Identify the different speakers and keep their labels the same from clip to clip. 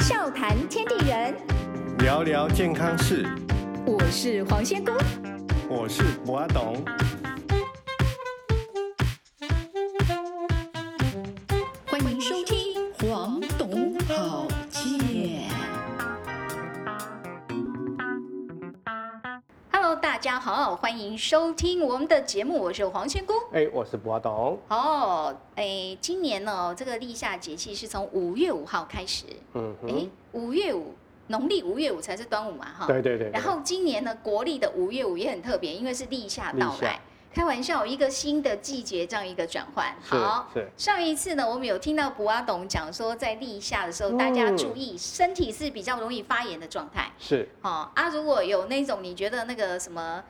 Speaker 1: 笑谈天地人，
Speaker 2: 聊聊健康事，
Speaker 1: 我是黄仙姑。
Speaker 2: 我是博阿董。
Speaker 1: 欢迎收听《黄董好见》。Hello，大家好，欢迎收听我们的节目，我是黄仙姑。
Speaker 2: 哎、我是博阿董。
Speaker 1: 哦，哎，今年呢，这个立夏节气是从五月五号开始，
Speaker 2: 嗯
Speaker 1: 哎
Speaker 2: 哼，，
Speaker 1: 五月五，农历五月五才是端午嘛，哈。
Speaker 2: 对对对。对
Speaker 1: 哎然后今年呢，国历的五月五也很特别，因为是立夏到
Speaker 2: 立夏
Speaker 1: 来，开玩笑，一个新的季节这样一个转换。
Speaker 2: 是
Speaker 1: 好，
Speaker 2: 是，
Speaker 1: 上一次呢，我们有听到博阿董讲说，在立夏的时候，
Speaker 2: 嗯
Speaker 1: 大家注意身体是比较容易发炎的状态。
Speaker 2: 是
Speaker 1: 哦啊，如果有那种你觉得那个什么。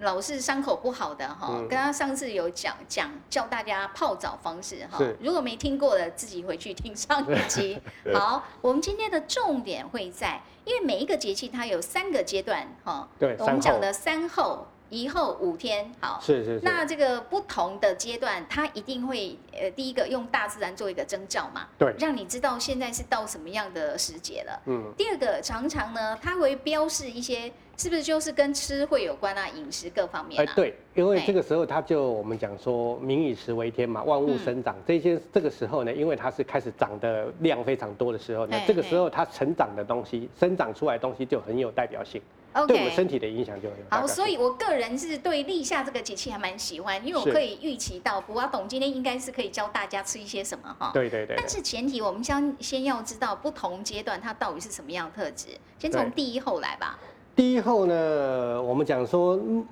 Speaker 1: 老是伤口不好的哈，
Speaker 2: 嗯
Speaker 1: 跟他上次有讲讲教大家泡澡方式哈
Speaker 2: 是，
Speaker 1: 如果没听过的自己回去听上一 集。好，我们今天的重点会在，因为每一个节气它有三个阶段哈，
Speaker 2: 对
Speaker 1: 我们
Speaker 2: 三后
Speaker 1: 讲的三后一后五天好，
Speaker 2: 是是是。
Speaker 1: 那这个不同的阶段，它一定会呃，第一个用大自然做一个征兆嘛，
Speaker 2: 对
Speaker 1: 让你知道现在是到什么样的时节了。
Speaker 2: 嗯，
Speaker 1: 第二个，常常呢，它会标示一些，是不是就是跟吃会有关啊，饮食各方面
Speaker 2: 哎、
Speaker 1: 啊？
Speaker 2: 对，因为
Speaker 1: 哎
Speaker 2: 这个时候它就我们讲说“民以食为天”嘛，万
Speaker 1: 嗯
Speaker 2: 物生长。这些这个时候呢，因为它是开始长的量非常多的时候呢
Speaker 1: 哎，
Speaker 2: 这个时候它成长的东西、生长出来的东西就很有代表性对我们身体的影响就很有代表
Speaker 1: 好，
Speaker 2: 性。
Speaker 1: 所以我个人是对立夏这个节气还蛮喜欢，因为我
Speaker 2: 是
Speaker 1: 可以预期到，卜阿董今天应该是可以教大家吃一些什么哈。
Speaker 2: 对对对对
Speaker 1: 但是前提，我们先先要知道不同阶段它到底是什么样的特质。先从
Speaker 2: 对
Speaker 1: 第一后来吧。
Speaker 2: 第一后呢，我们讲说，嗯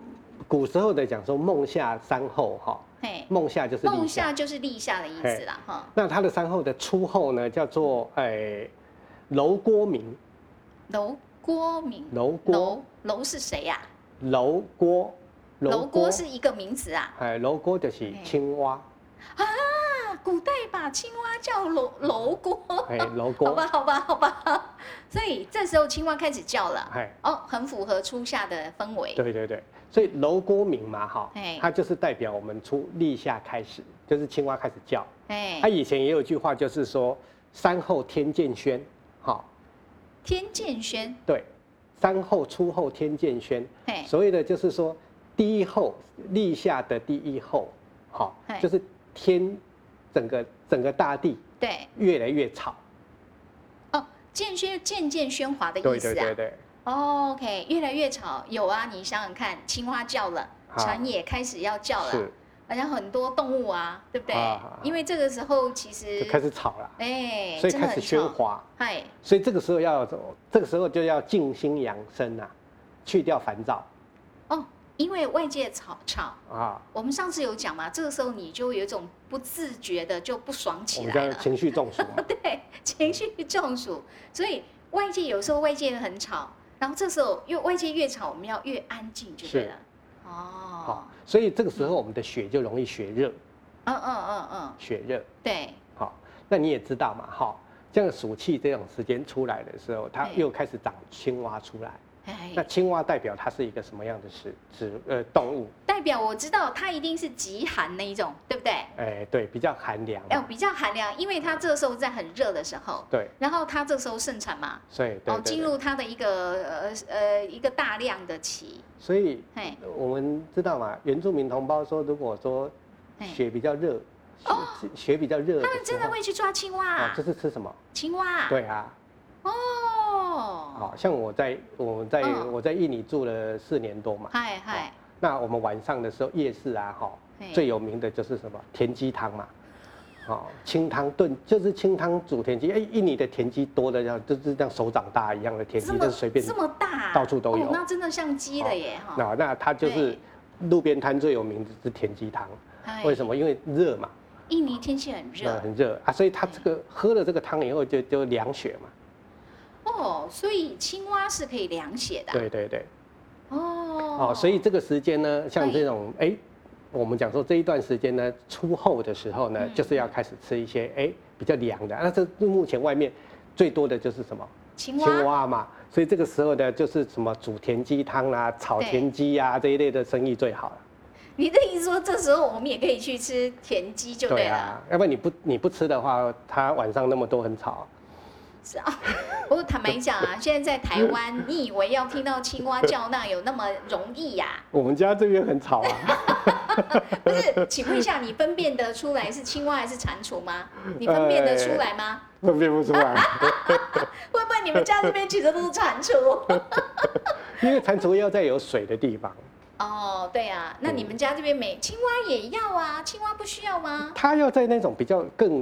Speaker 2: 古时候的讲说孟夏三后哈，
Speaker 1: 嘿，
Speaker 2: 孟夏嗯就是立
Speaker 1: 孟
Speaker 2: 夏。
Speaker 1: 夏就是立夏的意思啦，哈。
Speaker 2: 那它的三后的初后呢，叫做哎楼郭明，
Speaker 1: 楼郭明，
Speaker 2: 楼郭
Speaker 1: 楼楼是谁呀？
Speaker 2: 楼郭，
Speaker 1: 楼郭是一个名词啊。
Speaker 2: 哎楼郭就是青蛙，
Speaker 1: 啊，古代把青蛙叫楼楼 郭。
Speaker 2: 哎
Speaker 1: 好
Speaker 2: 楼郭，
Speaker 1: 吧，好吧，好吧。 所以这时候青蛙开始叫了，
Speaker 2: 哎
Speaker 1: 哦，很符合初夏的氛围。
Speaker 2: 对对对，所以楼郭明嘛哈
Speaker 1: 哎，
Speaker 2: 它就是代表我们出立夏开始，就是青蛙开始叫。
Speaker 1: 哎
Speaker 2: 它、，以前也有一句话就是说山后天见轩，好、
Speaker 1: 天剑轩，
Speaker 2: 对，山后初后天见轩，
Speaker 1: 哎，
Speaker 2: 所谓的就是说，第一后立夏的第一后，好
Speaker 1: 嘿，
Speaker 2: 就是天整个整个大地
Speaker 1: 对，
Speaker 2: 越来越吵。
Speaker 1: 哦，剑轩渐渐喧哗的意思啊。
Speaker 2: 对，
Speaker 1: 哦 OK，越来越吵，有啊，你想想看，青蛙叫了，
Speaker 2: 啊
Speaker 1: 蝉也开始要叫了，
Speaker 2: 是
Speaker 1: 而且很多动物啊，对不对
Speaker 2: 啊啊啊？
Speaker 1: 因为这个时候其
Speaker 2: 就开
Speaker 1: 实，
Speaker 2: 始吵了，
Speaker 1: 哎，
Speaker 2: 所以
Speaker 1: 真的
Speaker 2: 开
Speaker 1: 很
Speaker 2: 始喧
Speaker 1: 吵。
Speaker 2: 哗，
Speaker 1: 嗨，
Speaker 2: 所以这个时候要走，这个时候就要静心养生啊，去掉烦躁
Speaker 1: 哦，因为外界吵吵，
Speaker 2: 啊，
Speaker 1: 我们上次有讲嘛，这个时候你就有一种不自觉的就不爽
Speaker 2: 我
Speaker 1: 起
Speaker 2: 们
Speaker 1: 来
Speaker 2: 叫
Speaker 1: 了，。
Speaker 2: 情绪中暑 嘛
Speaker 1: 对，情绪中暑。所以外界有时候外界很吵，然后这时候越外界越吵，我们要越安静就对了。哦
Speaker 2: 好，，所以这个时候我们的血就容易血热，
Speaker 1: 嗯嗯嗯嗯，
Speaker 2: 血热。
Speaker 1: 对，
Speaker 2: 好，那你也知道嘛，哈，像暑气这种时间出来的时候，它
Speaker 1: 对
Speaker 2: 又开始长青蛙出来。
Speaker 1: 哎
Speaker 2: 那，青蛙代表它是一个什么样的食植呃动物？
Speaker 1: 代表我知道它一定是极寒那一种，对不对？
Speaker 2: 哎、对，比较寒凉嘛。
Speaker 1: 哎，比较寒凉，因为它这时候在很热的时候，
Speaker 2: 对，
Speaker 1: 然后它这时候盛产嘛，
Speaker 2: 所以对
Speaker 1: 哦，
Speaker 2: 对
Speaker 1: 进
Speaker 2: 对
Speaker 1: 入它的一个呃呃一个大量的期，
Speaker 2: 所以呃
Speaker 1: 嘿，
Speaker 2: 我们知道嘛，原住民同胞说，如果说
Speaker 1: 嘿哦
Speaker 2: 血比较热，血血比较热的
Speaker 1: 他们
Speaker 2: 时
Speaker 1: 真的
Speaker 2: 候，
Speaker 1: 会去抓青蛙、
Speaker 2: 啊
Speaker 1: 啊，
Speaker 2: 这是吃什么？
Speaker 1: 青蛙、啊，，
Speaker 2: 对啊，
Speaker 1: 哦，
Speaker 2: 好像我在我们在
Speaker 1: 嗯
Speaker 2: 我在印尼住了四年多嘛，
Speaker 1: 嗨嗨，
Speaker 2: 那我们晚上的时候夜市啊，哈
Speaker 1: 嘿，
Speaker 2: 哦最有名的就是什么田鸡汤嘛，哦，清汤炖就是清汤煮田鸡，哎、印尼的田鸡多的像就是像手掌大一样的田鸡，
Speaker 1: 这
Speaker 2: 就
Speaker 1: 么
Speaker 2: 是随便
Speaker 1: 这么大啊，
Speaker 2: 到处都有哦
Speaker 1: 哦那真的像鸡了耶哈。
Speaker 2: 那那它就是路边摊最有名的是田鸡汤，
Speaker 1: 嗨
Speaker 2: 为什么？因为热嘛，
Speaker 1: 印尼天气很
Speaker 2: 呃
Speaker 1: 热
Speaker 2: 很热啊，所以它这个喝了这个汤以后就就凉血嘛，
Speaker 1: 哦，所以青蛙是可以凉血的啊。
Speaker 2: 对对对，
Speaker 1: 哦
Speaker 2: 哦，所以这个时间呢，像
Speaker 1: 对
Speaker 2: 这种哎、我们讲说这一段时间呢，出后的时候呢，
Speaker 1: 嗯
Speaker 2: 就是要开始吃一些哎、比较凉的。那这目前外面最多的就是什么
Speaker 1: 青蛙
Speaker 2: 嘛，所以这个时候呢，就是什么煮田鸡汤啦、炒
Speaker 1: 对
Speaker 2: 田鸡呀、这一类的生意最好了。
Speaker 1: 你的意思说，这时候我们也可以去吃田鸡就对了。
Speaker 2: 啊啊，要不然你不你不吃的话，它晚上那么多很吵。
Speaker 1: 是啊，不过坦白讲啊，现在在台湾，你以为要听到青蛙叫那有那么容易呀、
Speaker 2: 我们家这边很吵啊，
Speaker 1: 不是，请问一下，你分辨得出来是青蛙还是蟾蜍吗？你分辨得出来吗？
Speaker 2: 分辨不出来，
Speaker 1: 会不会你们家这边其实都是蟾蜍？
Speaker 2: 因为蟾蜍要在有水的地方，
Speaker 1: 哦，对啊，那你们家这边没青蛙也要啊？青蛙不需要吗？
Speaker 2: 它要在那种比较更，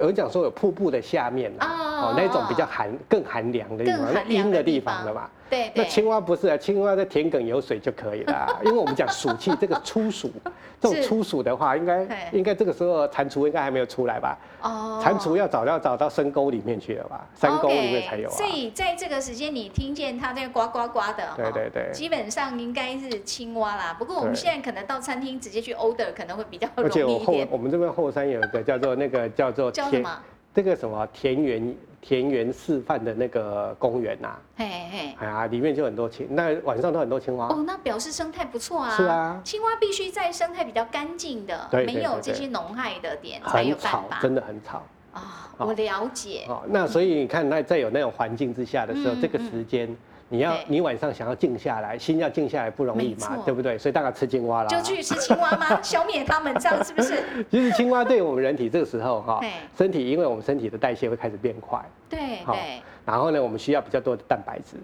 Speaker 2: 有人讲说有瀑布的下面啊，
Speaker 1: 哦
Speaker 2: 哦，那种比较寒更寒凉的地
Speaker 1: 更
Speaker 2: 方，
Speaker 1: 寒凉
Speaker 2: 阴
Speaker 1: 的
Speaker 2: 的
Speaker 1: 地
Speaker 2: 地
Speaker 1: 方
Speaker 2: 方了嘛。
Speaker 1: 对
Speaker 2: 那
Speaker 1: 对，
Speaker 2: 青蛙不是啊，青蛙在田埂有水就可以 了啊、因为我们讲暑气，这个初暑，这种
Speaker 1: 是
Speaker 2: 初暑的话，应
Speaker 1: 对
Speaker 2: 该应该这个时候蟾蜍应该还没有出来吧？
Speaker 1: 哦
Speaker 2: 蟾蜍要找要找到深沟里面去了吧？山沟里面才有
Speaker 1: o
Speaker 2: 啊
Speaker 1: k 所。以在这个时间，你听见它在呱呱呱的，
Speaker 2: 对
Speaker 1: 哦
Speaker 2: 对对
Speaker 1: 基本上应该是青蛙啦。不过我们
Speaker 2: 对
Speaker 1: 现在可能到餐厅直接去 order 可能会比较
Speaker 2: 而且
Speaker 1: 容
Speaker 2: 我
Speaker 1: 易一
Speaker 2: 后
Speaker 1: 点。
Speaker 2: 我们这边后山有一个叫做那个叫做
Speaker 1: 叫什
Speaker 2: 田
Speaker 1: 么？
Speaker 2: 这个什么田园田园示范的那个公园啊呐、
Speaker 1: 嘿嘿，
Speaker 2: 哎呀，里面就很多青，那晚上都很多青蛙。
Speaker 1: 哦，那表示生态不错啊。
Speaker 2: 是啊
Speaker 1: 青蛙必须在生态比较干净的，
Speaker 2: 对对
Speaker 1: 没有
Speaker 2: 对
Speaker 1: 这
Speaker 2: 对
Speaker 1: 些农害的点才有
Speaker 2: 很
Speaker 1: 办
Speaker 2: 吵
Speaker 1: 法，
Speaker 2: 真的很吵。
Speaker 1: 啊、
Speaker 2: 哦
Speaker 1: 我了解，
Speaker 2: 哦，那所以你看，那在有那种环境之下的时候，
Speaker 1: 嗯
Speaker 2: 这个时间你要
Speaker 1: 对
Speaker 2: 你晚上想要静下来，心要静下来不容易
Speaker 1: 没
Speaker 2: 嘛
Speaker 1: 错，
Speaker 2: 对不对？所以当然吃青蛙啦。
Speaker 1: 就去吃青蛙 吗？消灭它们，这样是不是？
Speaker 2: 其实青蛙对我们人体这个时候哈
Speaker 1: 对，
Speaker 2: 身体因为我们身体的代谢会开始变快，
Speaker 1: 对
Speaker 2: 好
Speaker 1: 对，
Speaker 2: 然后呢，我们需要比较多的蛋白质，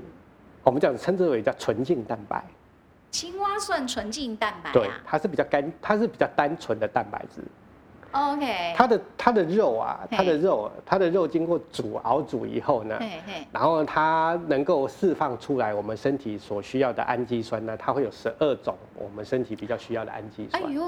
Speaker 2: 我们讲称之为叫纯净蛋白，
Speaker 1: 哎青蛙算纯净蛋白
Speaker 2: 对
Speaker 1: 啊。，
Speaker 2: 它是比较干，它是比较单纯的蛋白质。
Speaker 1: OK，
Speaker 2: 它的它的肉啊，
Speaker 1: 哎嘿
Speaker 2: 它的肉，它的肉经过煮熬煮以后呢，
Speaker 1: 嘿嘿，
Speaker 2: 然后它能够释放出来我们身体所需要的氨基酸呢，它会有十二种我们身体比较需要的氨基
Speaker 1: 哎
Speaker 2: 酸。
Speaker 1: 呦，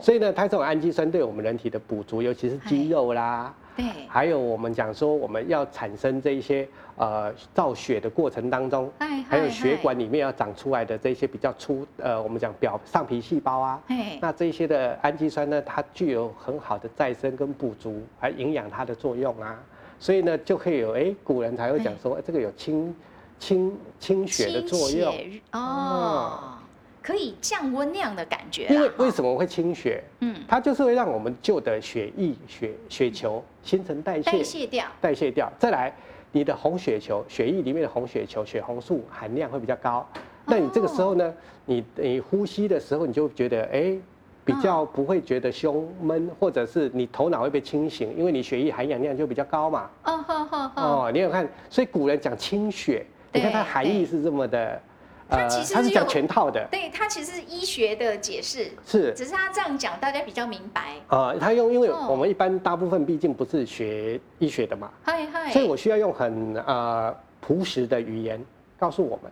Speaker 2: 所以呢，它这种氨基酸对我们人体的补足，尤其是肌肉啦，
Speaker 1: 对，
Speaker 2: 还有我们讲说我们要产生这一些呃造血的过程当中，
Speaker 1: 嗨
Speaker 2: 还有血管，里面要长出来的这些比较粗呃，我们讲表上皮细胞啊，
Speaker 1: 哎，
Speaker 2: 那这些的氨基酸呢，它具有很好的再生跟补足，还营养它的作用啊，所以呢，就可以有哎、古人才会讲说、哎这个有清清清血的作用。
Speaker 1: 清血哦，可以降温那样的感觉啦，
Speaker 2: 因为为什么会清血？
Speaker 1: 哦嗯，
Speaker 2: 它就是会让我们旧的血液、血血球新陈代
Speaker 1: 代
Speaker 2: 谢
Speaker 1: 谢掉，
Speaker 2: 代谢掉，再来你的红血球、血液里面的红血球、血红素含量会比较高。那你这个时候呢，
Speaker 1: 哦
Speaker 2: 你你呼吸的时候，你就觉得哎、比较不会觉得胸闷，或者是你头脑会被清醒，因为你血液含氧量就比较高嘛。
Speaker 1: 哦吼吼吼，
Speaker 2: 哦，你有看，所以古人讲清血，你看
Speaker 1: 对
Speaker 2: 它含义
Speaker 1: 对
Speaker 2: 是这么的，呃
Speaker 1: 它其实
Speaker 2: 它是
Speaker 1: 有
Speaker 2: 讲全套的，
Speaker 1: 对，它其实是医学的解释，
Speaker 2: 是
Speaker 1: 只是他这样讲，大家比较明白，
Speaker 2: 呃，它用，因为
Speaker 1: 哦
Speaker 2: 我们一般大部分毕竟不是学医学的嘛，
Speaker 1: 嗨嗨，
Speaker 2: 所以我需要用很呃朴实的语言告诉我们。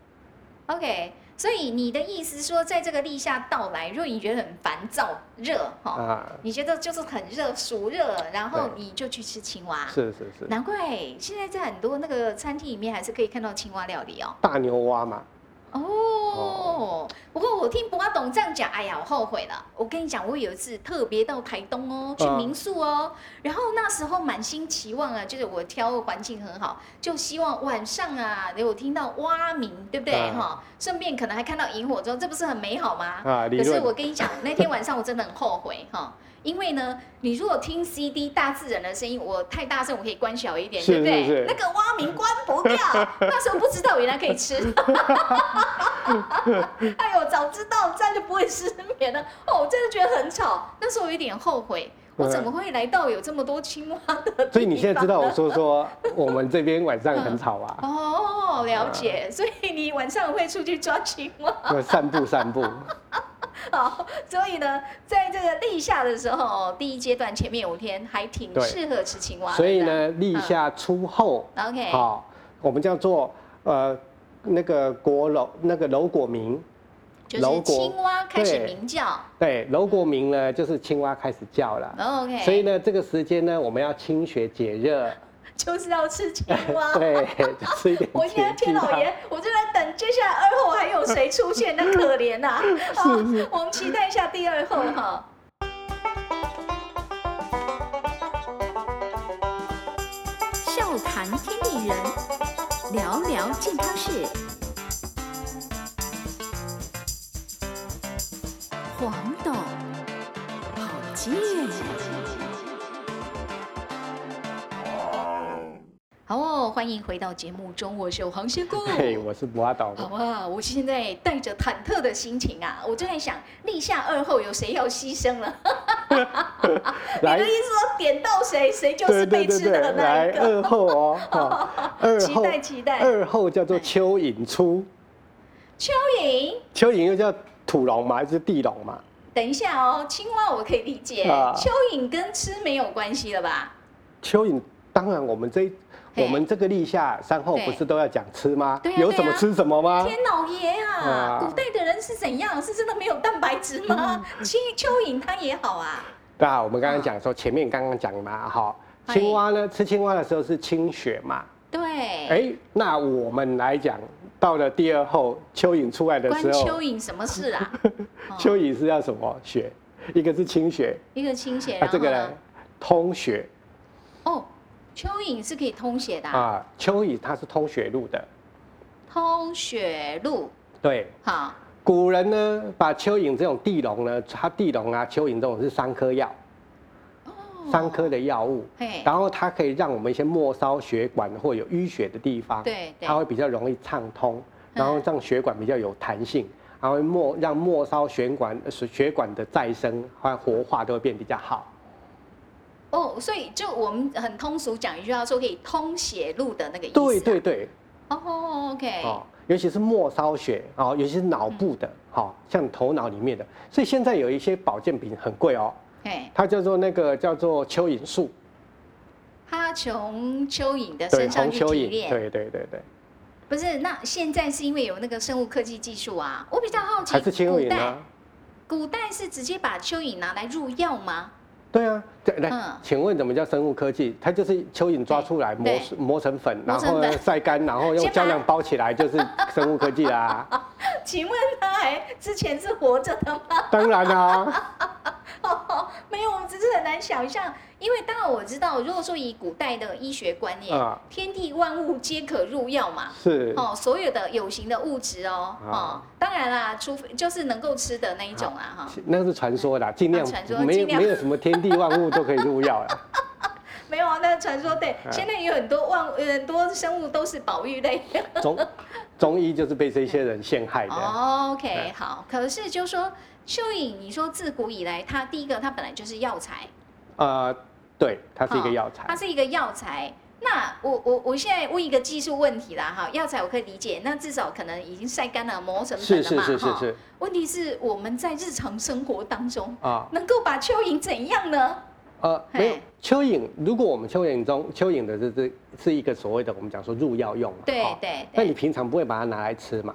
Speaker 1: OK，所以你的意思说，在这个立夏到来，如果你觉得很烦躁、热哈，
Speaker 2: 啊，
Speaker 1: 你觉得就是很热、暑热，然后
Speaker 2: 对
Speaker 1: 你就去吃青蛙。
Speaker 2: 是是是，
Speaker 1: 难怪现在在很多那个餐厅里面还是可以看到青蛙料理哦。
Speaker 2: 大牛蛙嘛，
Speaker 1: 哦，不过我听博阿董这样讲，哎呀，我后悔了。我跟你讲，我有一次特别到台东哦，去
Speaker 2: 嗯
Speaker 1: 民宿哦，然后那时候满心期望啊，就是我挑环境很好，就希望晚上啊，有听到蛙鸣，对不对
Speaker 2: 嗯
Speaker 1: 哈、顺便可能还看到萤火虫，这不是很美好吗？
Speaker 2: 啊，理
Speaker 1: 可是
Speaker 2: 论
Speaker 1: 我跟你讲，那天晚上我真的很后悔哈，因为呢，你如果听 CD 大自然的声音，我太大声，我可以关小一点，
Speaker 2: 是
Speaker 1: 对不对？
Speaker 2: 是是
Speaker 1: 那个蛙鸣关不 掉，那时候不知道原来可以吃，哎呦，早知道这样就不会失眠了。哦，我真的觉得很吵，那时候我有点后悔，
Speaker 2: 嗯
Speaker 1: 我怎么会来到有这么多青蛙的地方呢？
Speaker 2: 所以你现在知道我说说我们这边晚上很吵啊，
Speaker 1: 哦，了解，
Speaker 2: 嗯
Speaker 1: 所以你晚上会出去抓青蛙。
Speaker 2: 就散步散 步，
Speaker 1: 好，所以呢，在这个立夏的时候哦，第一阶段前面五天还挺
Speaker 2: 对
Speaker 1: 适合吃青蛙的。
Speaker 2: 所以呢，
Speaker 1: 嗯
Speaker 2: 立夏初后，
Speaker 1: 这样，OK，
Speaker 2: 好，我们叫做呃那个国楼那个楼果鸣，
Speaker 1: 就是
Speaker 2: 楼国
Speaker 1: 青蛙开始
Speaker 2: 对
Speaker 1: 鸣叫
Speaker 2: 对，楼果鸣呢就是青蛙开始叫了。
Speaker 1: ，OK，
Speaker 2: 所以呢，这个时间呢，我们要清血解热，
Speaker 1: 就是要吃青蛙。
Speaker 2: 对，就吃一点
Speaker 1: 哦 我现在
Speaker 2: 解
Speaker 1: 天老 爷，我就在等接下来二后还有谁出现，那可怜呐、 啊！好，我们期待一下第二后哈。笑谈天地人，聊聊健康事。黄董，好健。好哦，欢迎回到节目中，我是黄仙姑。
Speaker 2: 嘿，我是博阿导。
Speaker 1: 好啊，我现在带着忐忑的心情啊，我就在想，立夏二后有谁要牺牲了？你
Speaker 2: 来
Speaker 1: 的意思说点到谁，谁就是被吃的那
Speaker 2: 来
Speaker 1: 一个？
Speaker 2: 二后哦， 哈二
Speaker 1: 期
Speaker 2: 后
Speaker 1: 待期待，
Speaker 2: 二后叫做蚯蚓出，
Speaker 1: 蚯蚓。
Speaker 2: 蚯蚓又叫土龙嘛，还是地龙嘛？
Speaker 1: 等一下哦，青蛙我可以理解，
Speaker 2: 啊
Speaker 1: 蚯蚓跟吃没有关系了吧？
Speaker 2: 蚯蚓，当然我们这一
Speaker 1: 嘿
Speaker 2: 我们这个立夏三后
Speaker 1: 对
Speaker 2: 不是都要讲吃吗
Speaker 1: 对？呀
Speaker 2: 有
Speaker 1: 对
Speaker 2: 什么
Speaker 1: 呀
Speaker 2: 吃什么吗？
Speaker 1: 天老爷啊，
Speaker 2: 啊嗯
Speaker 1: 古代的人是怎样？是真的没有蛋白质吗？蚯、蚯蚓它也好啊，
Speaker 2: 那我们刚刚讲说，前面刚刚讲嘛，哈，
Speaker 1: 哎
Speaker 2: 青蛙呢，吃青蛙的时候是清血嘛，
Speaker 1: 对，
Speaker 2: 哎，那我们来讲，到了第二后蚯蚓出来的
Speaker 1: 关
Speaker 2: 时
Speaker 1: 蚯
Speaker 2: 候，
Speaker 1: 蚓什么事 啊？哦
Speaker 2: 蚯蚓是要什么血？一个是清血，
Speaker 1: 一个清血，
Speaker 2: 啊，
Speaker 1: 然后
Speaker 2: 这个呢
Speaker 1: 呢？
Speaker 2: 通血
Speaker 1: 哦，蚯蚓是可以通血的啊、
Speaker 2: 啊，蚯蚓它是通血路的，
Speaker 1: 通血路，
Speaker 2: 对。
Speaker 1: 好，
Speaker 2: 古人呢，把蚯蚓这种地龙呢，它地龙啊、蚯蚓这种是三颗药，
Speaker 1: 哦
Speaker 2: 三颗的药物，
Speaker 1: 嘿，
Speaker 2: 然后它可以让我们一些末梢血管或有淤血的地方，
Speaker 1: 对对
Speaker 2: 它，会比较容易畅通，然后
Speaker 1: 嗯
Speaker 2: 让血管比较有弹性，然后末让末梢血管呃血血管的再生和活化都会变比较好。
Speaker 1: 哦，所以就我们很通俗讲一句话，说可以通血路的那个意思、啊
Speaker 2: 对，对对，
Speaker 1: 哦，OK，
Speaker 2: 哦，尤其是末梢血哦，尤其是脑部
Speaker 1: 嗯
Speaker 2: 的，好、像头脑里面的。所以现在有一些保健品很贵哦，
Speaker 1: 嘿，
Speaker 2: 它叫做那个叫做蚯蚓素，
Speaker 1: 它从蚯蚓的
Speaker 2: 对，
Speaker 1: 身
Speaker 2: 红
Speaker 1: 上去
Speaker 2: 蚯
Speaker 1: 提
Speaker 2: 蚓，
Speaker 1: 炼，
Speaker 2: 对对对对，
Speaker 1: 不是？那现在是因为有那个生物科技技术啊，我比较好奇，
Speaker 2: 还是蚯
Speaker 1: 古
Speaker 2: 蚓
Speaker 1: 代
Speaker 2: 啊？
Speaker 1: 古代是直接把蚯蚓拿来入药吗？
Speaker 2: 对啊，对来，
Speaker 1: 嗯
Speaker 2: 请问怎么叫生物科技？它就是蚯蚓抓出来磨
Speaker 1: 对
Speaker 2: 磨成粉，
Speaker 1: 磨
Speaker 2: 然
Speaker 1: 成
Speaker 2: 后
Speaker 1: 粉
Speaker 2: 呢晒干，然后用
Speaker 1: 先把
Speaker 2: 胶囊包起来，就是生物科技 啦、
Speaker 1: 请问它还 之前是活着的吗？
Speaker 2: 当然啊啦、
Speaker 1: 没有，我只是很难想象，因为当然我知道，如果说以古代的医学观念，
Speaker 2: 啊
Speaker 1: 天地万物皆可入药嘛。
Speaker 2: 是
Speaker 1: 哦，所有的有形的物质哦，
Speaker 2: 啊
Speaker 1: 哦，当然啦，除非就是能够吃的那一种啊，哈、
Speaker 2: 那是传说啦，尽量
Speaker 1: 哦传说
Speaker 2: 没
Speaker 1: 尽
Speaker 2: 有
Speaker 1: 量
Speaker 2: 没有什么天地万物都可以入药啦。
Speaker 1: 没有啊，那个传说对，
Speaker 2: 嗯
Speaker 1: 现在有很多万呃很多生物都是保育类。
Speaker 2: 中中医就是被这些人陷害的。
Speaker 1: 哦 OK，
Speaker 2: 哎
Speaker 1: 好，可是就说蚯蚓，你说自古以来，它第一个它本来就是药材，
Speaker 2: 呃，对，它是一个
Speaker 1: 哦
Speaker 2: 药材。
Speaker 1: 它是一个药材。那我我我现在问一个技术问题啦，哈，药材我可以理解，那至少可能已经晒干了磨成粉
Speaker 2: 是
Speaker 1: 了
Speaker 2: 是
Speaker 1: 嘛，
Speaker 2: 是是
Speaker 1: 哈。
Speaker 2: 是
Speaker 1: 问题是我们在日常生活当中
Speaker 2: 啊，
Speaker 1: 能够把蚯蚓怎样呢？
Speaker 2: 呃，没有
Speaker 1: 嘿
Speaker 2: 蚯蚓。如果我们蚯蚓中蚯蚓的这这是一个所谓的我们讲说入药用嘛，
Speaker 1: 对
Speaker 2: 哦
Speaker 1: 对
Speaker 2: 那
Speaker 1: 对，
Speaker 2: 你平常不会把它拿来吃嘛？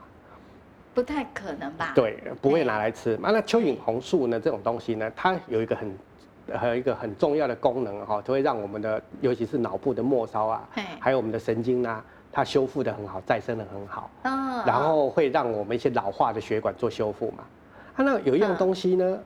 Speaker 1: 不太可能吧？
Speaker 2: 对，不
Speaker 1: 哎
Speaker 2: 会拿来吃嘛。那蚯蚓红素呢？这种东西呢，它有一个很，还有一个很重要的功能哈、就会让我们的，尤其是脑部的末梢啊，
Speaker 1: 哎，
Speaker 2: 还有我们的神经啊，它修复的很好，再生的很好，
Speaker 1: 嗯
Speaker 2: 然后会让我们一些老化的血管做修复嘛。啊，那有一样
Speaker 1: 嗯
Speaker 2: 东西呢，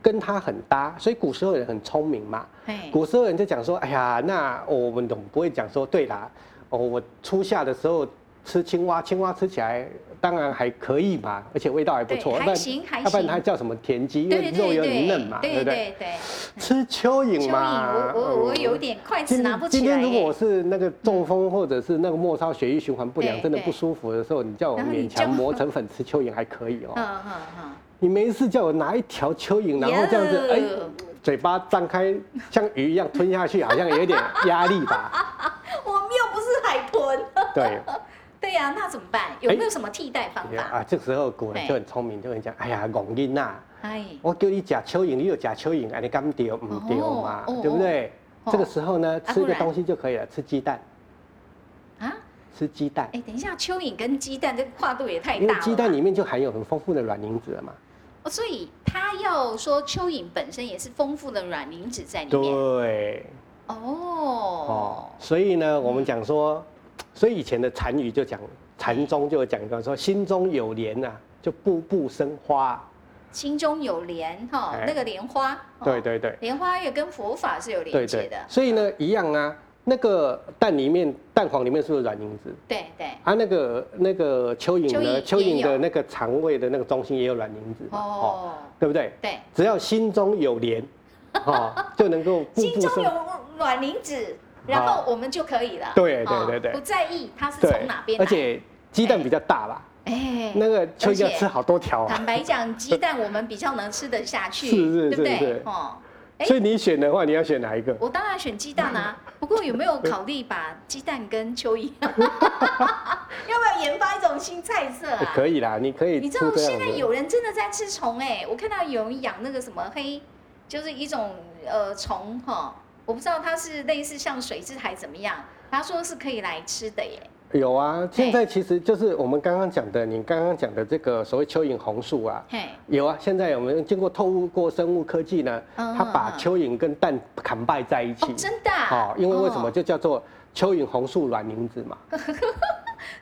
Speaker 2: 跟它很搭，所以古时候人很聪明嘛，
Speaker 1: 嘿
Speaker 2: 古时候人就讲说，哎呀，那我们总不会讲说，对啦，哦，我初夏的时候吃青蛙，青蛙吃起来当然还可以嘛，而且味道还不
Speaker 1: 对
Speaker 2: 错，要
Speaker 1: 还
Speaker 2: 不然
Speaker 1: 行还
Speaker 2: 要不然它
Speaker 1: 行，
Speaker 2: 叫什么田鸡，因
Speaker 1: 对
Speaker 2: 为
Speaker 1: 对
Speaker 2: 肉有
Speaker 1: 对
Speaker 2: 点嫩嘛，对
Speaker 1: 对
Speaker 2: 不对？
Speaker 1: 对对。
Speaker 2: 吃蚯蚓
Speaker 1: 蚯蚓，
Speaker 2: 嘛，
Speaker 1: 我我我
Speaker 2: 嗯
Speaker 1: 有点筷子
Speaker 2: 今
Speaker 1: 拿不
Speaker 2: 今
Speaker 1: 起来
Speaker 2: 天如果
Speaker 1: 耶。
Speaker 2: 我是那个中风或者是那个末梢血液循环不良，
Speaker 1: 对
Speaker 2: 真的
Speaker 1: 对
Speaker 2: 不舒服的时候，你叫我
Speaker 1: 然后你
Speaker 2: 勉强
Speaker 1: 就
Speaker 2: 磨成粉吃蚯蚓还可以哦。
Speaker 1: 嗯嗯嗯，
Speaker 2: 你没事叫我拿一条蚯蚓，然后这样子，哎、
Speaker 1: 哟
Speaker 2: 嘴巴张开像鱼一样吞下去，好像有点压力 吧？
Speaker 1: 我们又不是海豚。
Speaker 2: 对， 哎
Speaker 1: 对呀、那怎么办？有没有什么替代方法？
Speaker 2: 啊，这时候古人就很聪明，就会讲，哎呀，戆囡呐，
Speaker 1: 哎，
Speaker 2: 我叫你吃蚯蚓，你又吃蚯蚓，哎，你敢丢唔丢嘛？
Speaker 1: 哦哦
Speaker 2: 对不对？
Speaker 1: 哦
Speaker 2: 这个时候呢，
Speaker 1: 啊
Speaker 2: 吃一
Speaker 1: 不
Speaker 2: 个
Speaker 1: 然
Speaker 2: 东西就可以了，吃鸡蛋，
Speaker 1: 啊，
Speaker 2: 吃鸡蛋，
Speaker 1: 哎，等一下，蚯蚓跟鸡蛋这个跨度也太
Speaker 2: 因
Speaker 1: 大
Speaker 2: 为
Speaker 1: 了吧。
Speaker 2: 鸡蛋里面就含有很丰富的卵磷脂了嘛。
Speaker 1: 哦，所以它要说蚯蚓本身也是丰富的卵磷脂在里面。
Speaker 2: 对，哦
Speaker 1: 哦，，
Speaker 2: 所以呢，我们讲说，所以以前的禅语就讲，禅宗就有讲到说，心中有莲啊，就步步生花啊。
Speaker 1: 心中有莲哈、
Speaker 2: 哎
Speaker 1: 那个莲花。哦
Speaker 2: 对，对对，
Speaker 1: 莲花也跟佛法是有
Speaker 2: 对
Speaker 1: 连接
Speaker 2: 对
Speaker 1: 的。。嗯
Speaker 2: 所以呢，一样啊，那个蛋里面蛋黄里面是不是软磷脂？
Speaker 1: 对对。
Speaker 2: 啊，那个那个蚯蚓呢？
Speaker 1: 蚯蚓
Speaker 2: 蚯
Speaker 1: 也有
Speaker 2: 蚓的那个肠胃的那个中心也有软磷脂嘛，哦，
Speaker 1: 哦，
Speaker 2: 对不对？
Speaker 1: 对，
Speaker 2: 只要心中有莲，哦，就能够步
Speaker 1: 心
Speaker 2: 步
Speaker 1: 中
Speaker 2: 生。啊
Speaker 1: 有卵磷脂，然后我们就可以了。
Speaker 2: 对
Speaker 1: 哦
Speaker 2: 对对对
Speaker 1: 不在意它是
Speaker 2: 对
Speaker 1: 从哪边来。
Speaker 2: 而且鸡蛋比较大啦，
Speaker 1: 哎，
Speaker 2: 那个秋叶
Speaker 1: 而且
Speaker 2: 要吃好多条啊，
Speaker 1: 坦白讲，鸡蛋我们比较能吃得下去，
Speaker 2: 是
Speaker 1: 对
Speaker 2: 是
Speaker 1: 不
Speaker 2: 是
Speaker 1: 对
Speaker 2: 是？
Speaker 1: 哦，哎啊
Speaker 2: 所以你选的话，你要选哪一个？
Speaker 1: 我当然选鸡蛋啊。不过有没有考虑把鸡蛋跟蚯 蚓，要不要研发一种新菜色
Speaker 2: 欸
Speaker 1: 啊？
Speaker 2: 可以啦，你可以
Speaker 1: 你知
Speaker 2: 出
Speaker 1: 道
Speaker 2: 这
Speaker 1: 现
Speaker 2: 样
Speaker 1: 在
Speaker 2: 的。
Speaker 1: 有人真的在吃虫哎、我看到有人养那个什么黑，就是一种呃虫哈，我不知道它是类似像水蛭还怎么样，他说是可以来吃的耶。
Speaker 2: 有啊，现
Speaker 1: 哎
Speaker 2: 在其实就是我们刚刚讲的，你刚刚讲的这个所谓蚯蚓红素啊，
Speaker 1: 嘿，
Speaker 2: 有啊，现在我们经过透过生物科技呢，
Speaker 1: 嗯
Speaker 2: 它把蚯蚓跟蛋砍掰在一
Speaker 1: 哦
Speaker 2: 起，
Speaker 1: 真的、啊
Speaker 2: 哦，，因为为什么
Speaker 1: 哦
Speaker 2: 就叫做蚯蚓红素卵磷脂嘛？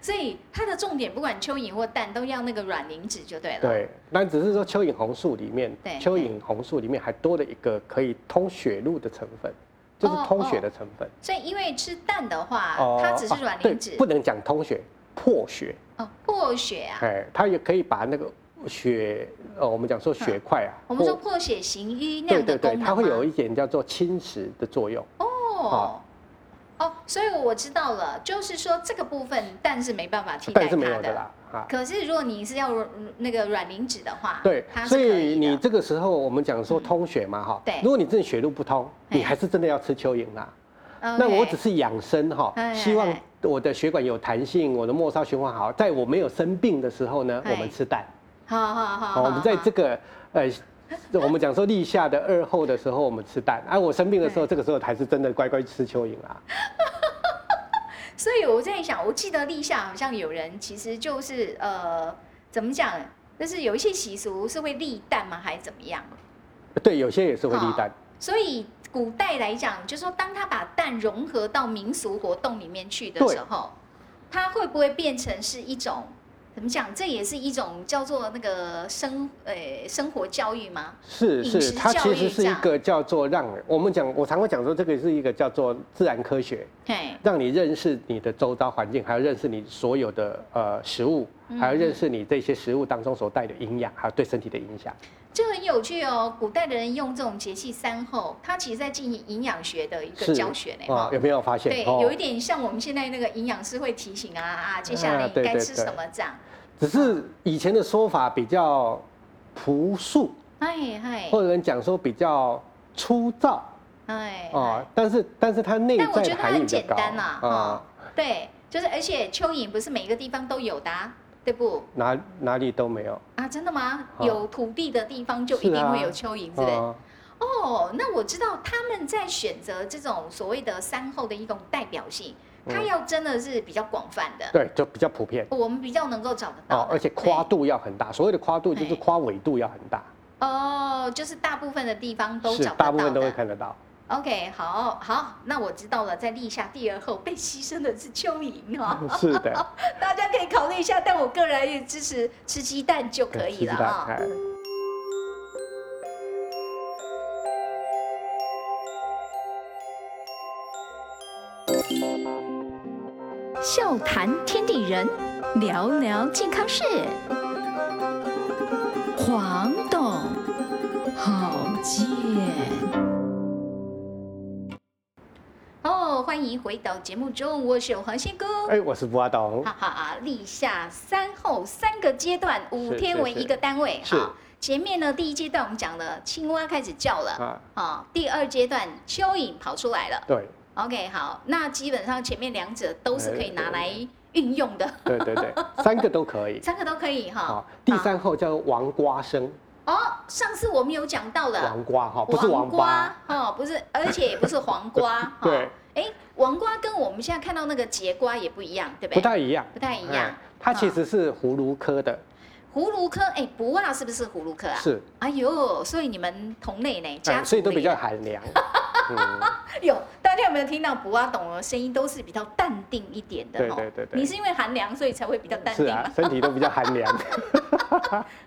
Speaker 1: 所以它的重点不管蚯蚓或蛋都要那个软磷脂就对了。
Speaker 2: 对，但只是说蚯蚓红素里面
Speaker 1: 对，
Speaker 2: 蚯蚓红素里面还多了一个可以通血路的成分，就是
Speaker 1: 哦
Speaker 2: 通血的成分。
Speaker 1: 所以因为吃蛋的话，它只是
Speaker 2: 啊
Speaker 1: 软磷
Speaker 2: 对
Speaker 1: 脂
Speaker 2: 不能讲通血，破血。
Speaker 1: 哦，破血啊。
Speaker 2: 哎，它也可以把那个血，呃，我们讲说血块啊，
Speaker 1: 嗯我们说
Speaker 2: 或
Speaker 1: 破血行医那
Speaker 2: 对
Speaker 1: 样的
Speaker 2: 对
Speaker 1: 功
Speaker 2: 对，
Speaker 1: 能
Speaker 2: 它会
Speaker 1: 吗
Speaker 2: 有一点叫做侵蚀的作用。
Speaker 1: 哦哦，所以我知道了，就是说这个部分蛋是没办法替代
Speaker 2: 但
Speaker 1: 哦它
Speaker 2: 是没有的啦，啊，
Speaker 1: 可是如果你是要嗯那个软磷脂的话，
Speaker 2: 对
Speaker 1: 它，是
Speaker 2: 所
Speaker 1: 可
Speaker 2: 以你
Speaker 1: 的。嗯
Speaker 2: 这个时候我们讲说通血嘛，哈，
Speaker 1: 对
Speaker 2: 如果你真的血路不通，
Speaker 1: 哎
Speaker 2: 你还是真的要吃蚯蚓啦。
Speaker 1: OK
Speaker 2: 那我只是养生哈
Speaker 1: 哎哎，
Speaker 2: 希望
Speaker 1: 哎
Speaker 2: 我的血管有弹性，我的末梢循环好，在我没有生病的时候呢，
Speaker 1: 哎哦
Speaker 2: 我们吃蛋。
Speaker 1: 好好好
Speaker 2: 好，
Speaker 1: 好，
Speaker 2: 哦我们在
Speaker 1: 好
Speaker 2: 这个呃。我们讲说立夏的二后的时候，我们吃蛋；啊，我生病的时候，这个时候才是真的乖乖吃蚯蚓啦。
Speaker 1: 所以我在想，我记得立夏好像有人其实就是呃，怎么讲，就是有一些习俗是会立蛋吗，还是怎么样？
Speaker 2: 对，有些也是会
Speaker 1: 哦
Speaker 2: 立蛋。
Speaker 1: 所以古代来讲，就是说当他把蛋融合到民俗活动里面去的时候，它会不会变成是一种怎么讲？这也是一种叫做那个生呃生活教育吗？
Speaker 2: 是
Speaker 1: 饮食
Speaker 2: 是，它
Speaker 1: 教
Speaker 2: 其
Speaker 1: 育
Speaker 2: 实是
Speaker 1: 这
Speaker 2: 一
Speaker 1: 样
Speaker 2: 个叫做让我们讲，我常会讲说，这个是一个叫做自然科学，
Speaker 1: 嘿，
Speaker 2: 让你认识你的周遭环境，还有认识你所有的呃食物，
Speaker 1: 嗯
Speaker 2: 还有认识你这些食物当中所带的营养，还有对身体的影响。
Speaker 1: 这很有趣哦。古代的人用这种节气三候，它其实在进行营养学的一个
Speaker 2: 是
Speaker 1: 教学呢。
Speaker 2: 啊
Speaker 1: 哈，
Speaker 2: 有没有发现？哦
Speaker 1: 对，有一点像我们现在那个营养师会提醒啊啊，接下来
Speaker 2: 啊
Speaker 1: 你
Speaker 2: 对
Speaker 1: 该
Speaker 2: 对
Speaker 1: 吃
Speaker 2: 对
Speaker 1: 什么这样。
Speaker 2: 只是以前的说法比较朴素，
Speaker 1: 哎哎
Speaker 2: 或者人讲说比较粗糙
Speaker 1: 哎
Speaker 2: 啊，但是但是它内
Speaker 1: 但我
Speaker 2: 在
Speaker 1: 觉
Speaker 2: 的
Speaker 1: 得它
Speaker 2: 含义
Speaker 1: 很
Speaker 2: 比较
Speaker 1: 简
Speaker 2: 高啊
Speaker 1: 单啦、哈、对，就是而且蚯蚓不是每一个地方都有的、啊，对不？
Speaker 2: 哪哪里都没有，
Speaker 1: 啊，真的吗？
Speaker 2: 啊
Speaker 1: 有土地的地方就一
Speaker 2: 是
Speaker 1: 定会
Speaker 2: 啊
Speaker 1: 有蚯蚓，对不对？
Speaker 2: 啊，
Speaker 1: 哦，那我知道他们在选择这种所谓的山后的一种代表性，它要真的是比较广泛的，
Speaker 2: 嗯对，就比较普遍
Speaker 1: 我们比较能够找得到
Speaker 2: 啊
Speaker 1: 的，，
Speaker 2: 而且
Speaker 1: 嗯对
Speaker 2: 跨度要很大，所谓的跨度就是
Speaker 1: 对
Speaker 2: 跨纬度要很大，
Speaker 1: 哦，就是大部分的地方都
Speaker 2: 是
Speaker 1: 找得到的，
Speaker 2: 大部分都会看得到。
Speaker 1: OK，好好，那我知道了，在立夏第二后被牺牲的是蚯蚓哦。
Speaker 2: 是的，
Speaker 1: 大家可以考虑一下，但我个人也支持吃鸡蛋就可以了
Speaker 2: 吃鸡蛋
Speaker 1: 啊、
Speaker 2: 哎
Speaker 1: 笑谈天地人，聊聊健康事。黄董，好见。哦，欢迎回到节目中，我是黄仙姑。
Speaker 2: 哎，我是不阿董，
Speaker 1: 哈哈哈！立夏三后三个阶段，五
Speaker 2: 是
Speaker 1: 天
Speaker 2: 是
Speaker 1: 为
Speaker 2: 是
Speaker 1: 一个单位。
Speaker 2: 是
Speaker 1: 哈。前面呢，第一阶段我们讲了青蛙开始叫了，
Speaker 2: 啊，
Speaker 1: 啊，第二阶段蚯蚓跑出来了。
Speaker 2: 对
Speaker 1: OK，好，那基本上前面两者都是可以拿来运用的，
Speaker 2: 哎对对对，三个都 可以。
Speaker 1: 三个都可以哈
Speaker 2: 好。，第三后叫做王瓜生，
Speaker 1: 哦，上次我们有讲到了
Speaker 2: 王瓜哈，哦不是王八
Speaker 1: 瓜，哦，不是，而且也不是黄 瓜。哈
Speaker 2: 对，
Speaker 1: 哎，黄瓜跟我们现在看到那个节瓜也不一样，对不
Speaker 2: 不
Speaker 1: 对？
Speaker 2: 太一样，
Speaker 1: 不太一
Speaker 2: 哎
Speaker 1: 样。嗯
Speaker 2: 它其实是葫芦科的，
Speaker 1: 葫芦科，哎，不啊，是不是葫芦科啊？
Speaker 2: 是，
Speaker 1: 哎呦，所以你们同类呢，家
Speaker 2: 哎
Speaker 1: 族、
Speaker 2: 所以都比较
Speaker 1: 啊
Speaker 2: 寒凉。嗯，
Speaker 1: 有。大家有没有听到卜阿董的声音都是比较淡定一点的
Speaker 2: 对
Speaker 1: 哦
Speaker 2: 对对对
Speaker 1: 你是因为寒凉，所以才会比较淡
Speaker 2: 是
Speaker 1: 定
Speaker 2: 啊
Speaker 1: 嘛？，
Speaker 2: 身体都比较寒凉。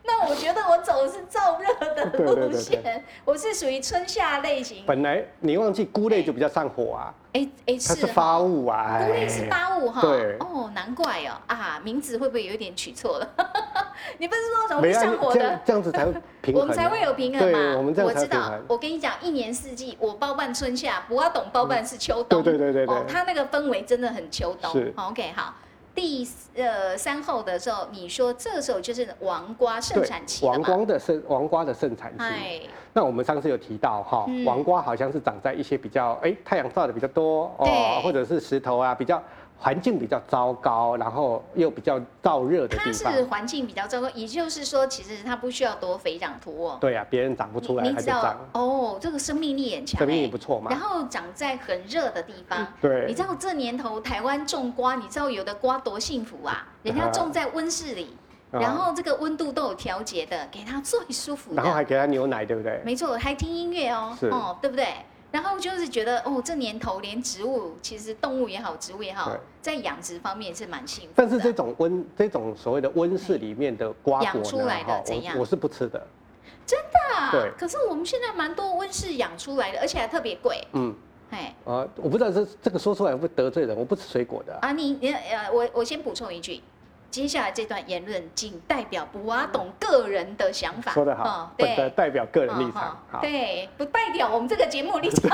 Speaker 1: 那我觉得我走的是燥热的
Speaker 2: 对对对
Speaker 1: 路
Speaker 2: 对
Speaker 1: 线，我是属于春夏类型。
Speaker 2: 本来你忘记菇类就比较上火 啊，
Speaker 1: 哎哎，
Speaker 2: 它是
Speaker 1: 哈
Speaker 2: 发物啊，
Speaker 1: 孤立是
Speaker 2: 哎
Speaker 1: 八五哈，
Speaker 2: 对
Speaker 1: 哦，难怪哦啊，名字会不会有一点取错了？ 你不是说容
Speaker 2: 没
Speaker 1: 易
Speaker 2: 啊
Speaker 1: 上火
Speaker 2: 这样
Speaker 1: 的？
Speaker 2: 这样子才会 平衡，啊
Speaker 1: 我们才会有平衡嘛。
Speaker 2: 对我们这样才
Speaker 1: 知
Speaker 2: 有平
Speaker 1: 道
Speaker 2: 衡，
Speaker 1: 我跟你讲，一年四季我包办春夏，不要懂包办是秋冬。
Speaker 2: 对对对对对
Speaker 1: 哦，它那个氛围真的很秋冬
Speaker 2: 是。
Speaker 1: 好 OK，好。第呃三后的时候，你说这时候就是王瓜盛
Speaker 2: 对
Speaker 1: 产期了
Speaker 2: 王
Speaker 1: 嘛？
Speaker 2: 光的盛王瓜的盛产期。
Speaker 1: 哎，
Speaker 2: 那我们上次有提到哈
Speaker 1: 嗯，
Speaker 2: 王瓜好像是长在一些比较哎太阳照的比较多
Speaker 1: 对
Speaker 2: 哦，或者是石头啊比较环境比较糟糕，然后又比较燥热的
Speaker 1: 它
Speaker 2: 地方。
Speaker 1: 是环境比较糟糕，也就是说，其实它不需要多肥长土哦。
Speaker 2: 对呀、啊别人长不出来
Speaker 1: 你你
Speaker 2: 它
Speaker 1: 知
Speaker 2: 就
Speaker 1: 道
Speaker 2: 长，
Speaker 1: 哦，这个生命力很强、
Speaker 2: 生命力
Speaker 1: 哎。
Speaker 2: 不错嘛嗯
Speaker 1: 然。后长在很热的地方。你
Speaker 2: 对
Speaker 1: 知道这年头台湾种瓜，你知道有的瓜多幸福啊！
Speaker 2: 嗯
Speaker 1: 人家种在温室里，
Speaker 2: 啊
Speaker 1: 然后这个温度都有调节的，给它最舒服
Speaker 2: 然后
Speaker 1: 的。
Speaker 2: 还给它牛奶，对不对？
Speaker 1: 没错，还听音乐哦，
Speaker 2: 是
Speaker 1: 哦，对不对？然后就是觉得哦，这年头连植物，其实动物也好，植物也好
Speaker 2: 对，
Speaker 1: 在养殖方面也是蛮幸福的。
Speaker 2: 但是这种温这种所谓的温室里面的瓜
Speaker 1: 养
Speaker 2: 果
Speaker 1: 出
Speaker 2: 呢
Speaker 1: 来，的怎样
Speaker 2: 我我是不吃的，
Speaker 1: 啊
Speaker 2: 对
Speaker 1: 可是我们现在蛮多温室养出来的，而且还特别贵。
Speaker 2: 嗯，
Speaker 1: 哎，
Speaker 2: 呃，我不知道这这个说出来会不会得罪人，我不吃水果的啊，
Speaker 1: 啊，你你呃，我我先补充一句，接下来这段言论仅代表不阿董个人的想法。
Speaker 2: 说得好
Speaker 1: 嗯，
Speaker 2: 本的
Speaker 1: 对。
Speaker 2: 代表个人立
Speaker 1: 嗯
Speaker 2: 场
Speaker 1: 嗯，
Speaker 2: 好，
Speaker 1: 对，不代表我们这个节目立 场，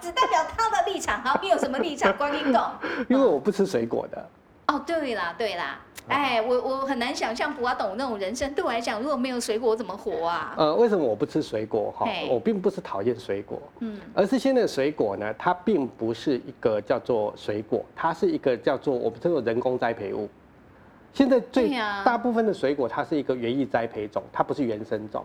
Speaker 1: 只代表他的立场。好，你有什么立场？关你懂。
Speaker 2: 因为我不吃水果的，
Speaker 1: 哦，对啦，对啦，
Speaker 2: 哦
Speaker 1: 哎，我我很难想象不阿董那种人生，对我来讲，如果没有水果，我怎么活啊？
Speaker 2: 呃，为什么我不吃水果哈
Speaker 1: 嘿？
Speaker 2: 我并不是讨厌水果，
Speaker 1: 嗯，
Speaker 2: 而是现在的水果呢，它并不是一个叫做水果，它是一个叫做我们称作人工栽培物。现在最
Speaker 1: 对啊
Speaker 2: 大部分的水果，它是一个园艺栽培种，它不是原生种。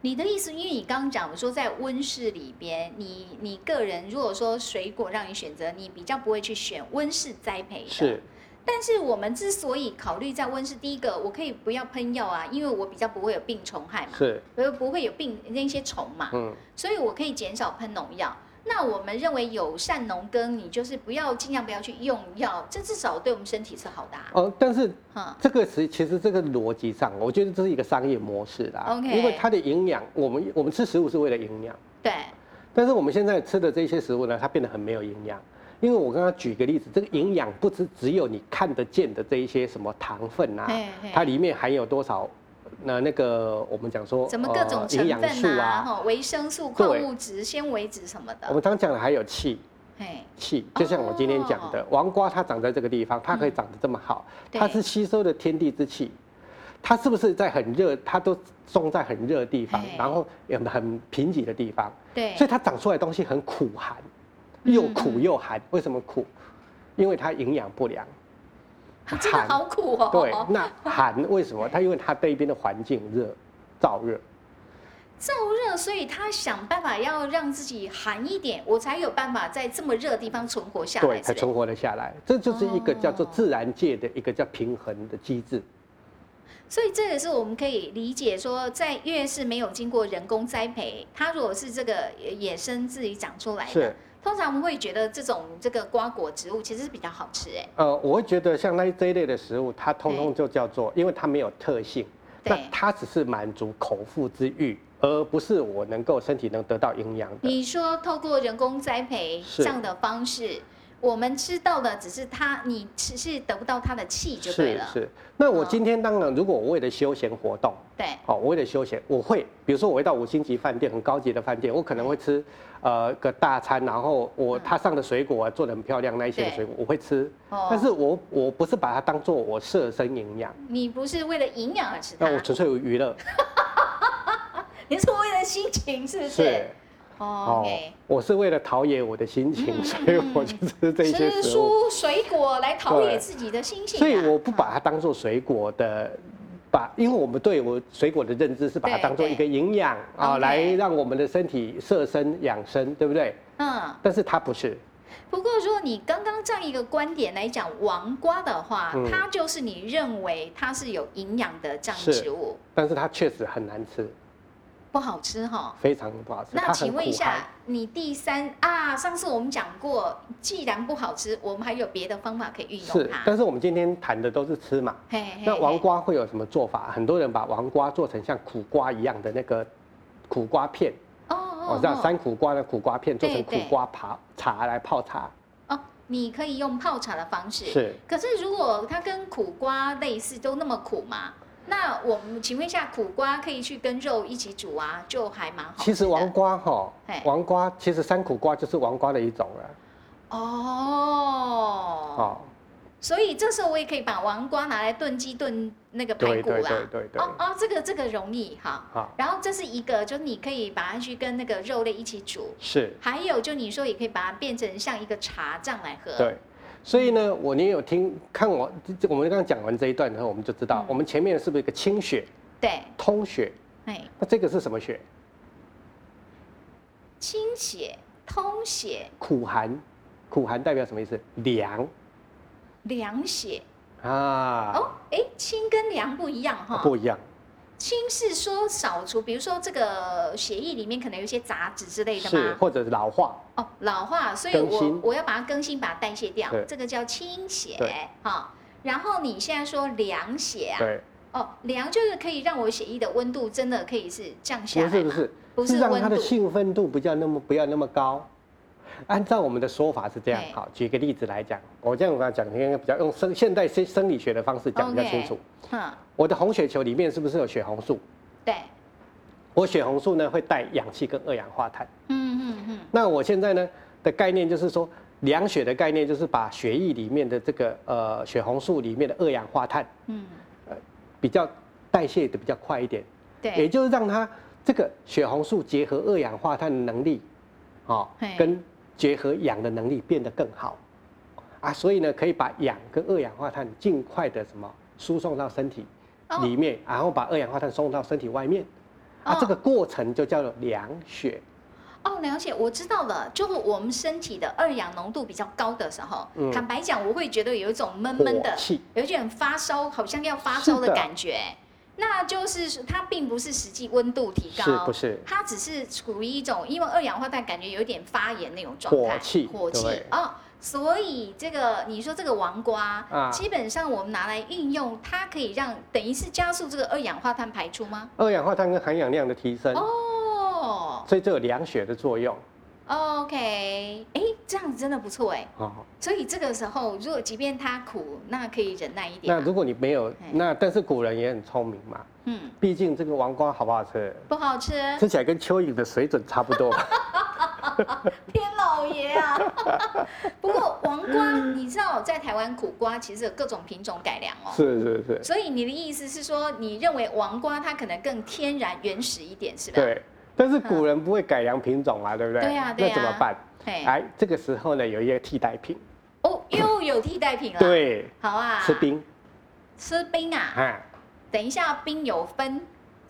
Speaker 1: 你的意思，因为你刚刚讲，我说在温室里边，你你个人如果说水果让你选择，你比较不会去选温室栽培的。
Speaker 2: 是，
Speaker 1: 但是我们之所以考虑在温室，第一个我可以不要喷药啊，因为我比较不会有病虫害嘛，
Speaker 2: 是，
Speaker 1: 我又不会有病那些虫嘛，
Speaker 2: 嗯，
Speaker 1: 所以我可以减少喷农药。那我们认为友善农耕，你就是不要尽量不要去用药，这至少对我们身体是好的、啊。
Speaker 2: 呃，但是
Speaker 1: 哈、
Speaker 2: 这个其其实这个逻辑上，我觉得这是一个商业模式啦。
Speaker 1: OK
Speaker 2: 因为它的营养，我们我们吃食物是为了营养，
Speaker 1: 对，
Speaker 2: 但是我们现在吃的这些食物呢，它变得很没有营养。因为我刚刚举个例子，这个营养不只只有你看得见的这一些什么糖分啊，
Speaker 1: 嘿嘿
Speaker 2: 它里面含有多少？那那个我们讲说
Speaker 1: 什么各种
Speaker 2: 呃
Speaker 1: 成
Speaker 2: 营养素
Speaker 1: 分啊，
Speaker 2: 啊，
Speaker 1: 哈、维生素、
Speaker 2: 对
Speaker 1: 矿物质、纤维质什么
Speaker 2: 我
Speaker 1: 的，
Speaker 2: 们常讲的还有气
Speaker 1: 嘿，
Speaker 2: 气，
Speaker 1: 哦
Speaker 2: 就像我今天讲的，王瓜它长在这个地方，它可以长得这么好，
Speaker 1: 嗯对
Speaker 2: 它是吸收了天地之气。它是不是在很热？它都种在很热的地方
Speaker 1: 嘿，
Speaker 2: 然后也很贫瘠的地方，
Speaker 1: 对嗯
Speaker 2: 所，以它长出来的东西很苦寒，又苦又寒。为什么苦？因为它营养不良。
Speaker 1: 啊真的好苦哦。
Speaker 2: 对，那寒为什么？它因为它那边的环境热，燥热。
Speaker 1: 燥热，所以他想办法要让自己寒一点，我才有办法在这么热的地方存活下
Speaker 2: 对，
Speaker 1: 来，是
Speaker 2: 才
Speaker 1: 不
Speaker 2: 存
Speaker 1: 是？
Speaker 2: 活了下来。这就是一个叫做
Speaker 1: 哦
Speaker 2: 自然界的一个叫平衡的机制。
Speaker 1: 所以这也是我们可以理解说，在越是没有经过人工栽培，它如果是这个呃野生自己长出来的
Speaker 2: 是，，
Speaker 1: 通常我们会觉得这种这个瓜果植物其实是比较好吃哎。
Speaker 2: 呃，我会觉得像那一这一类的食物，它通
Speaker 1: 对
Speaker 2: 通就叫做，因为它没有特性，那
Speaker 1: 对，
Speaker 2: 它只是满足口腹之欲，而不是我能够身体能得到营养的。
Speaker 1: 你说透过人工栽培
Speaker 2: 是
Speaker 1: 这样的方式，我们吃到的只是它，你只是得不到它的气就对
Speaker 2: 是
Speaker 1: 了。
Speaker 2: 是，那我
Speaker 1: 嗯
Speaker 2: 今天当然，如果我为了休闲活动，
Speaker 1: 对，
Speaker 2: 哦，我为了休闲，我会，比如说我会到五星级饭店，很高级的饭店，我可能会吃，呃，个大餐，然后我
Speaker 1: 嗯
Speaker 2: 他上的水果啊做的很漂亮，那一些的
Speaker 1: 对
Speaker 2: 水果我会吃，
Speaker 1: 哦
Speaker 2: 但是我我不是把它当做我摄身营养，
Speaker 1: 你不是为了营养而吃它
Speaker 2: 那我，纯粹娱乐，
Speaker 1: 你是为了心情， 是不是？哦，OK，
Speaker 2: 我是为了陶冶我的心情，
Speaker 1: 嗯
Speaker 2: 所以我去吃这些
Speaker 1: 吃
Speaker 2: 食物，
Speaker 1: 蔬水果来陶冶
Speaker 2: 对
Speaker 1: 自己的心情啊。
Speaker 2: 所以我不把它当做水果的。把，因为我们对我水果的认知是把它
Speaker 1: 对
Speaker 2: 当做
Speaker 1: 对
Speaker 2: 一个营养啊，
Speaker 1: OK
Speaker 2: 来让我们的身体摄身养生，对不对？
Speaker 1: 嗯，
Speaker 2: 但是它不是，
Speaker 1: 不过如果你刚刚这样一个观点来讲王瓜的话，
Speaker 2: 嗯
Speaker 1: 它就是你认为它是有营养的这样
Speaker 2: 是
Speaker 1: 植物。
Speaker 2: 但是它确实很难吃。
Speaker 1: 不好吃哈、
Speaker 2: 非常不好吃。
Speaker 1: 那
Speaker 2: 它很
Speaker 1: 请问一
Speaker 2: 苦寒
Speaker 1: 下，你第三啊，上次我们讲过，既然不好吃，我们还有别的方法可以运用
Speaker 2: 是，
Speaker 1: 它。
Speaker 2: 但是我们今天谈的都是吃嘛。
Speaker 1: 嘿嘿嘿
Speaker 2: 那王瓜会有什么做法？很多人把王瓜做成像苦瓜一样的那个苦瓜片，
Speaker 1: 哦哦，
Speaker 2: 哦，像
Speaker 1: 哦
Speaker 2: 山苦瓜的苦瓜片做成苦
Speaker 1: 对
Speaker 2: 瓜泡茶来泡茶，
Speaker 1: 哦，你可以用泡茶的方式。
Speaker 2: 是
Speaker 1: 可是如果它跟苦瓜类似，都那么苦嘛，那我们请问一下，苦瓜可以去跟肉一起煮啊，就还蛮好吃的。
Speaker 2: 其实王瓜哈
Speaker 1: 嘿，
Speaker 2: 王瓜其实山苦瓜就是王瓜的一种啊了。
Speaker 1: 哦，
Speaker 2: 哦，
Speaker 1: 所以这时候我也可以把王瓜拿来炖鸡炖那个排
Speaker 2: 对
Speaker 1: 骨
Speaker 2: 对
Speaker 1: 啦。
Speaker 2: 对对对
Speaker 1: 哦，哦，这个这个容易哈。
Speaker 2: 好
Speaker 1: 然后这是一个，就你可以把它去跟那个肉类一起煮，
Speaker 2: 是，
Speaker 1: 还有就你说也可以把它变成像一个茶这样来喝。
Speaker 2: 对。所以呢，我你有听看我，我们刚刚讲完这一段以后，我们就知道
Speaker 1: 嗯
Speaker 2: 我们前面是不是一个清血、
Speaker 1: 对，
Speaker 2: 通血？
Speaker 1: 哎，
Speaker 2: 那这个是什么血？
Speaker 1: 清血、通血、
Speaker 2: 苦寒，苦寒代表什么意思？凉
Speaker 1: 凉血。
Speaker 2: 啊，
Speaker 1: 哦，哎，清跟凉不一样哈。
Speaker 2: 不一样。
Speaker 1: 清是说扫除，比如说这个血液里面可能有一些杂质之类的
Speaker 2: 是
Speaker 1: 嘛。
Speaker 2: 或者是老化，
Speaker 1: 哦，老化，所以
Speaker 2: 更
Speaker 1: 我
Speaker 2: 新
Speaker 1: 我要把它更新，把它代谢掉
Speaker 2: 对，
Speaker 1: 这个叫清血
Speaker 2: 对
Speaker 1: 哈、然后你现在说凉血啊，
Speaker 2: 对，
Speaker 1: 哦，凉就是可以让我血液的温度真的可以是降下
Speaker 2: 不
Speaker 1: 来
Speaker 2: 是不
Speaker 1: 嘛，
Speaker 2: 是，
Speaker 1: 不
Speaker 2: 是
Speaker 1: 是
Speaker 2: 让它
Speaker 1: 温
Speaker 2: 的
Speaker 1: 度，
Speaker 2: 兴奋度不要那么不要那么高。按照我们的说法是这样
Speaker 1: 对，
Speaker 2: 好，举个例子来讲，我这样我刚讲应该比较用生现代生生理学的方式讲比较清楚。
Speaker 1: 嗯，
Speaker 2: 我的红血球里面是不是有血红素？
Speaker 1: 对，
Speaker 2: 我血红素呢会带氧气跟二氧化碳。
Speaker 1: 嗯嗯嗯，
Speaker 2: 那我现在呢的概念就是说，量血的概念就是把血液里面的这个呃血红素里面的二氧化碳
Speaker 1: 嗯，
Speaker 2: 比较代谢的比较快一点，也
Speaker 1: 对，
Speaker 2: 就是让它这个血红素结合二氧化碳的能力，哦
Speaker 1: 嘿，
Speaker 2: 跟结合氧的能力变得更好，啊，所以呢，可以把氧跟二氧化碳尽快的什么输送到身体
Speaker 1: 哦
Speaker 2: 里面，然后把二氧化碳送到身体外面，啊，
Speaker 1: 哦
Speaker 2: 这个过程就叫做量血，
Speaker 1: 哦，了解，我知道了，就是我们身体的二氧浓度比较高的时候，
Speaker 2: 嗯
Speaker 1: 坦白讲，我会觉得有一种闷
Speaker 2: 火
Speaker 1: 闷的，
Speaker 2: 气，
Speaker 1: 有一点发烧，好像要发烧
Speaker 2: 是
Speaker 1: 的
Speaker 2: 的
Speaker 1: 感觉。那就是它并不是实际温度提
Speaker 2: 是
Speaker 1: 高，
Speaker 2: 不是？
Speaker 1: 它只是处于一种因为二氧化碳感觉有一点发炎那种状态，
Speaker 2: 火气
Speaker 1: 火气
Speaker 2: 对
Speaker 1: 哦。所以这个你说这个王瓜，
Speaker 2: 啊
Speaker 1: 基本上我们拿来运用，它可以让等于是加速这个二氧化碳排出吗？
Speaker 2: 二氧化碳跟含氧量的提升，
Speaker 1: 哦
Speaker 2: 所以这有量血的作用，
Speaker 1: ，OK，哎，这样子真的不错哎。
Speaker 2: 哦。
Speaker 1: 所以这个时候，如果即便它苦，那可以忍耐一点
Speaker 2: 那
Speaker 1: 啊、
Speaker 2: 如果你没有
Speaker 1: 哎，
Speaker 2: 那但是古人也很聪明嘛，
Speaker 1: 嗯，
Speaker 2: 毕竟这个王瓜好不好吃？
Speaker 1: 不好吃，
Speaker 2: 吃起来跟蚯蚓的水准差不多吧？
Speaker 1: 天老爷啊！ 不过王瓜，你知道在台湾苦瓜其实有各种品种改良哦。
Speaker 2: 是是是，
Speaker 1: 所以你的意思是说，你认为王瓜它可能更天然原始一点，是吧？
Speaker 2: 对。但是古人不会改良品种啊，对不
Speaker 1: 嗯
Speaker 2: 对？
Speaker 1: 对呀对呀
Speaker 2: 那怎么办？
Speaker 1: 对，
Speaker 2: 哎，这个时候呢，有一个替代品，
Speaker 1: 哦，又有替代品了。，
Speaker 2: 对，
Speaker 1: 好啊。
Speaker 2: 吃，冰，
Speaker 1: 吃冰啊！
Speaker 2: 哎，
Speaker 1: 等一下，冰有分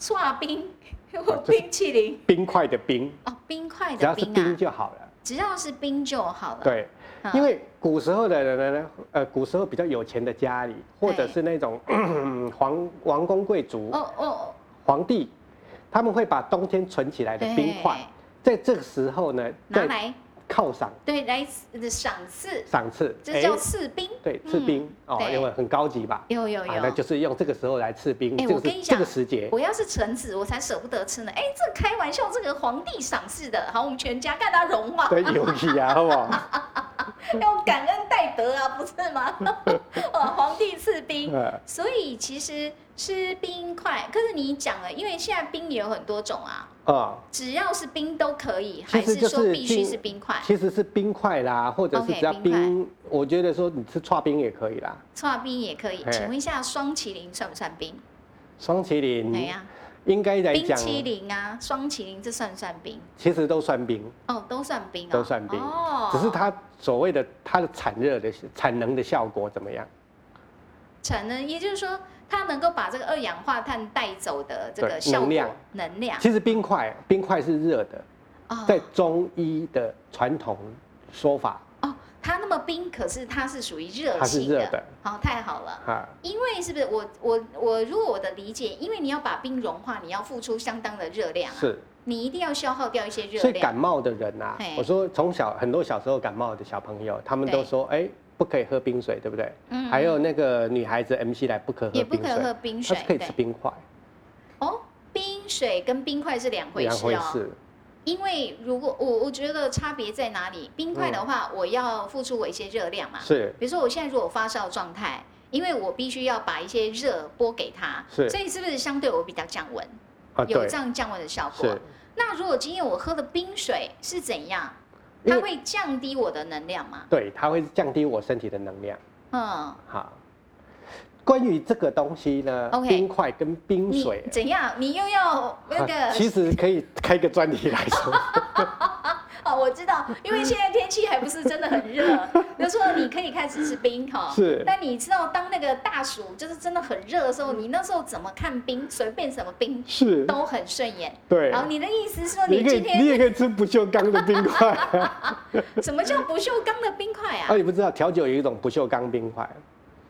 Speaker 1: 刨冰或
Speaker 2: 哦就是
Speaker 1: 冰淇淋
Speaker 2: 冰块的冰，
Speaker 1: 哦，冰块
Speaker 2: 只
Speaker 1: 的
Speaker 2: 要是
Speaker 1: 冰
Speaker 2: 冰
Speaker 1: 啊，
Speaker 2: 就好了。
Speaker 1: 只要是冰就好了。
Speaker 2: 对，
Speaker 1: 嗯，
Speaker 2: 因为古时候的人呢，呃，古时候比较有钱的家里，或者
Speaker 1: 对
Speaker 2: 是那种 皇王公贵族、
Speaker 1: 哦哦，
Speaker 2: 皇帝，他们会把冬天存起来的冰块，
Speaker 1: 哎
Speaker 2: 在这个时候呢，
Speaker 1: 拿
Speaker 2: 在
Speaker 1: 来
Speaker 2: 犒赏
Speaker 1: 对来赏赐，
Speaker 2: 赏赐，哎
Speaker 1: 这叫刺冰。
Speaker 2: 对，吃冰、
Speaker 1: 嗯
Speaker 2: 哦，
Speaker 1: 对
Speaker 2: 因为很高级吧。
Speaker 1: 有有有，
Speaker 2: 啊，那就是哎用这个时候来吃冰，
Speaker 1: 哎我
Speaker 2: 这个
Speaker 1: 跟
Speaker 2: 是
Speaker 1: 你
Speaker 2: 这
Speaker 1: 讲
Speaker 2: 个时节，
Speaker 1: 我要是臣子，我才舍不得吃呢。哎，这开玩笑，这个皇帝赏赐的，好，我们全家看他荣嘛，
Speaker 2: 对，尤其 啊，好不好？
Speaker 1: 要感恩戴德啊，不是 吗？哦，皇帝赐冰，
Speaker 2: 呃
Speaker 1: 所以其实吃冰块，可是你讲了，因为现在冰也有很多种啊，
Speaker 2: 啊，
Speaker 1: 只要是冰都可以，
Speaker 2: 其
Speaker 1: 还
Speaker 2: 实就是
Speaker 1: 说必须
Speaker 2: 进
Speaker 1: 是冰块？
Speaker 2: 啊其实是冰块啦，或者是
Speaker 1: OK，
Speaker 2: 只要
Speaker 1: 冰块
Speaker 2: 冰，我觉得说你吃刨冰也可以啦，
Speaker 1: 刨冰也可以。
Speaker 2: 哎
Speaker 1: 请问一下，双麒麟算不算冰？
Speaker 2: 双麒
Speaker 1: 哎
Speaker 2: 麟
Speaker 1: 呀，
Speaker 2: 应该来
Speaker 1: 冰
Speaker 2: 讲，
Speaker 1: 淇淋啊，双麒麟这算不算冰？
Speaker 2: 其实都算冰，
Speaker 1: 哦，都算冰啊，
Speaker 2: 都算冰
Speaker 1: 哦，
Speaker 2: 只是它所谓的它的产热的产能的效果怎么样？
Speaker 1: 产能，也就是说，它能够把这个二氧化碳带走的这个
Speaker 2: 对
Speaker 1: 效果
Speaker 2: 能量
Speaker 1: 能量
Speaker 2: 其实冰块冰块是热的，
Speaker 1: 哦
Speaker 2: 在中医的传统说法，
Speaker 1: 哦，它那么冰，可是它是属于热
Speaker 2: 它是
Speaker 1: 性的。
Speaker 2: 热的
Speaker 1: 好，太好了。
Speaker 2: 啊，
Speaker 1: 因为是不是我我我如果我的理解，因为你要把冰融化，你要付出相当的热量啊，
Speaker 2: 是。
Speaker 1: 你一定要消耗掉一些热
Speaker 2: 所以
Speaker 1: 量。
Speaker 2: 感冒的人啊
Speaker 1: 嘿，
Speaker 2: 我说从小很多小时候感冒的小朋友，他们都
Speaker 1: 对
Speaker 2: 说，哎、不可以喝冰水，对不对？
Speaker 1: 嗯
Speaker 2: 还有那个女孩子 MC 来不可喝
Speaker 1: 也
Speaker 2: 冰
Speaker 1: 不
Speaker 2: 水，
Speaker 1: 可喝冰
Speaker 2: 她
Speaker 1: 水
Speaker 2: 是，可以吃
Speaker 1: 对
Speaker 2: 冰块，
Speaker 1: 哦，冰水跟冰块是两回
Speaker 2: 两
Speaker 1: 事
Speaker 2: 回
Speaker 1: 哦。
Speaker 2: 事。
Speaker 1: 因为如果我我觉得差别在哪里？冰块的话，我要付出我一些热量嘛。
Speaker 2: 嗯是
Speaker 1: 比如说我现在如果发烧状态，因为我必须要把一些热拨给它，
Speaker 2: 是
Speaker 1: 所以是不是相对我比较降温，
Speaker 2: 啊，
Speaker 1: 有
Speaker 2: 对
Speaker 1: 这，样降温的效果
Speaker 2: 是？，
Speaker 1: 那如果今天我喝的冰水是怎样？
Speaker 2: 因
Speaker 1: 它
Speaker 2: 为
Speaker 1: 会降低我的能量吗？
Speaker 2: 对，它会降低我身体的能量。
Speaker 1: 嗯，
Speaker 2: 好，关于这个东西呢
Speaker 1: OK
Speaker 2: 冰块跟冰
Speaker 1: 你
Speaker 2: 水，啊
Speaker 1: 怎样？你又要那个？
Speaker 2: 其实可以开个专题来 说。
Speaker 1: 哦，我知道，因为现在天气还不是真的很热，比如说你可以开始吃冰哈。
Speaker 2: 是
Speaker 1: 但你知道，当那个大暑就是真的很热的时候，你那时候怎么看冰，随便什么冰
Speaker 2: 是，
Speaker 1: 都很顺眼。
Speaker 2: 对
Speaker 1: 然，后你的意思是说，
Speaker 2: 你
Speaker 1: 你
Speaker 2: 可以
Speaker 1: 今
Speaker 2: 你
Speaker 1: 天
Speaker 2: 也可以吃不锈钢的冰块
Speaker 1: 什么叫不锈钢的冰块啊
Speaker 2: 啊，？你不知道调酒有一种不锈钢冰块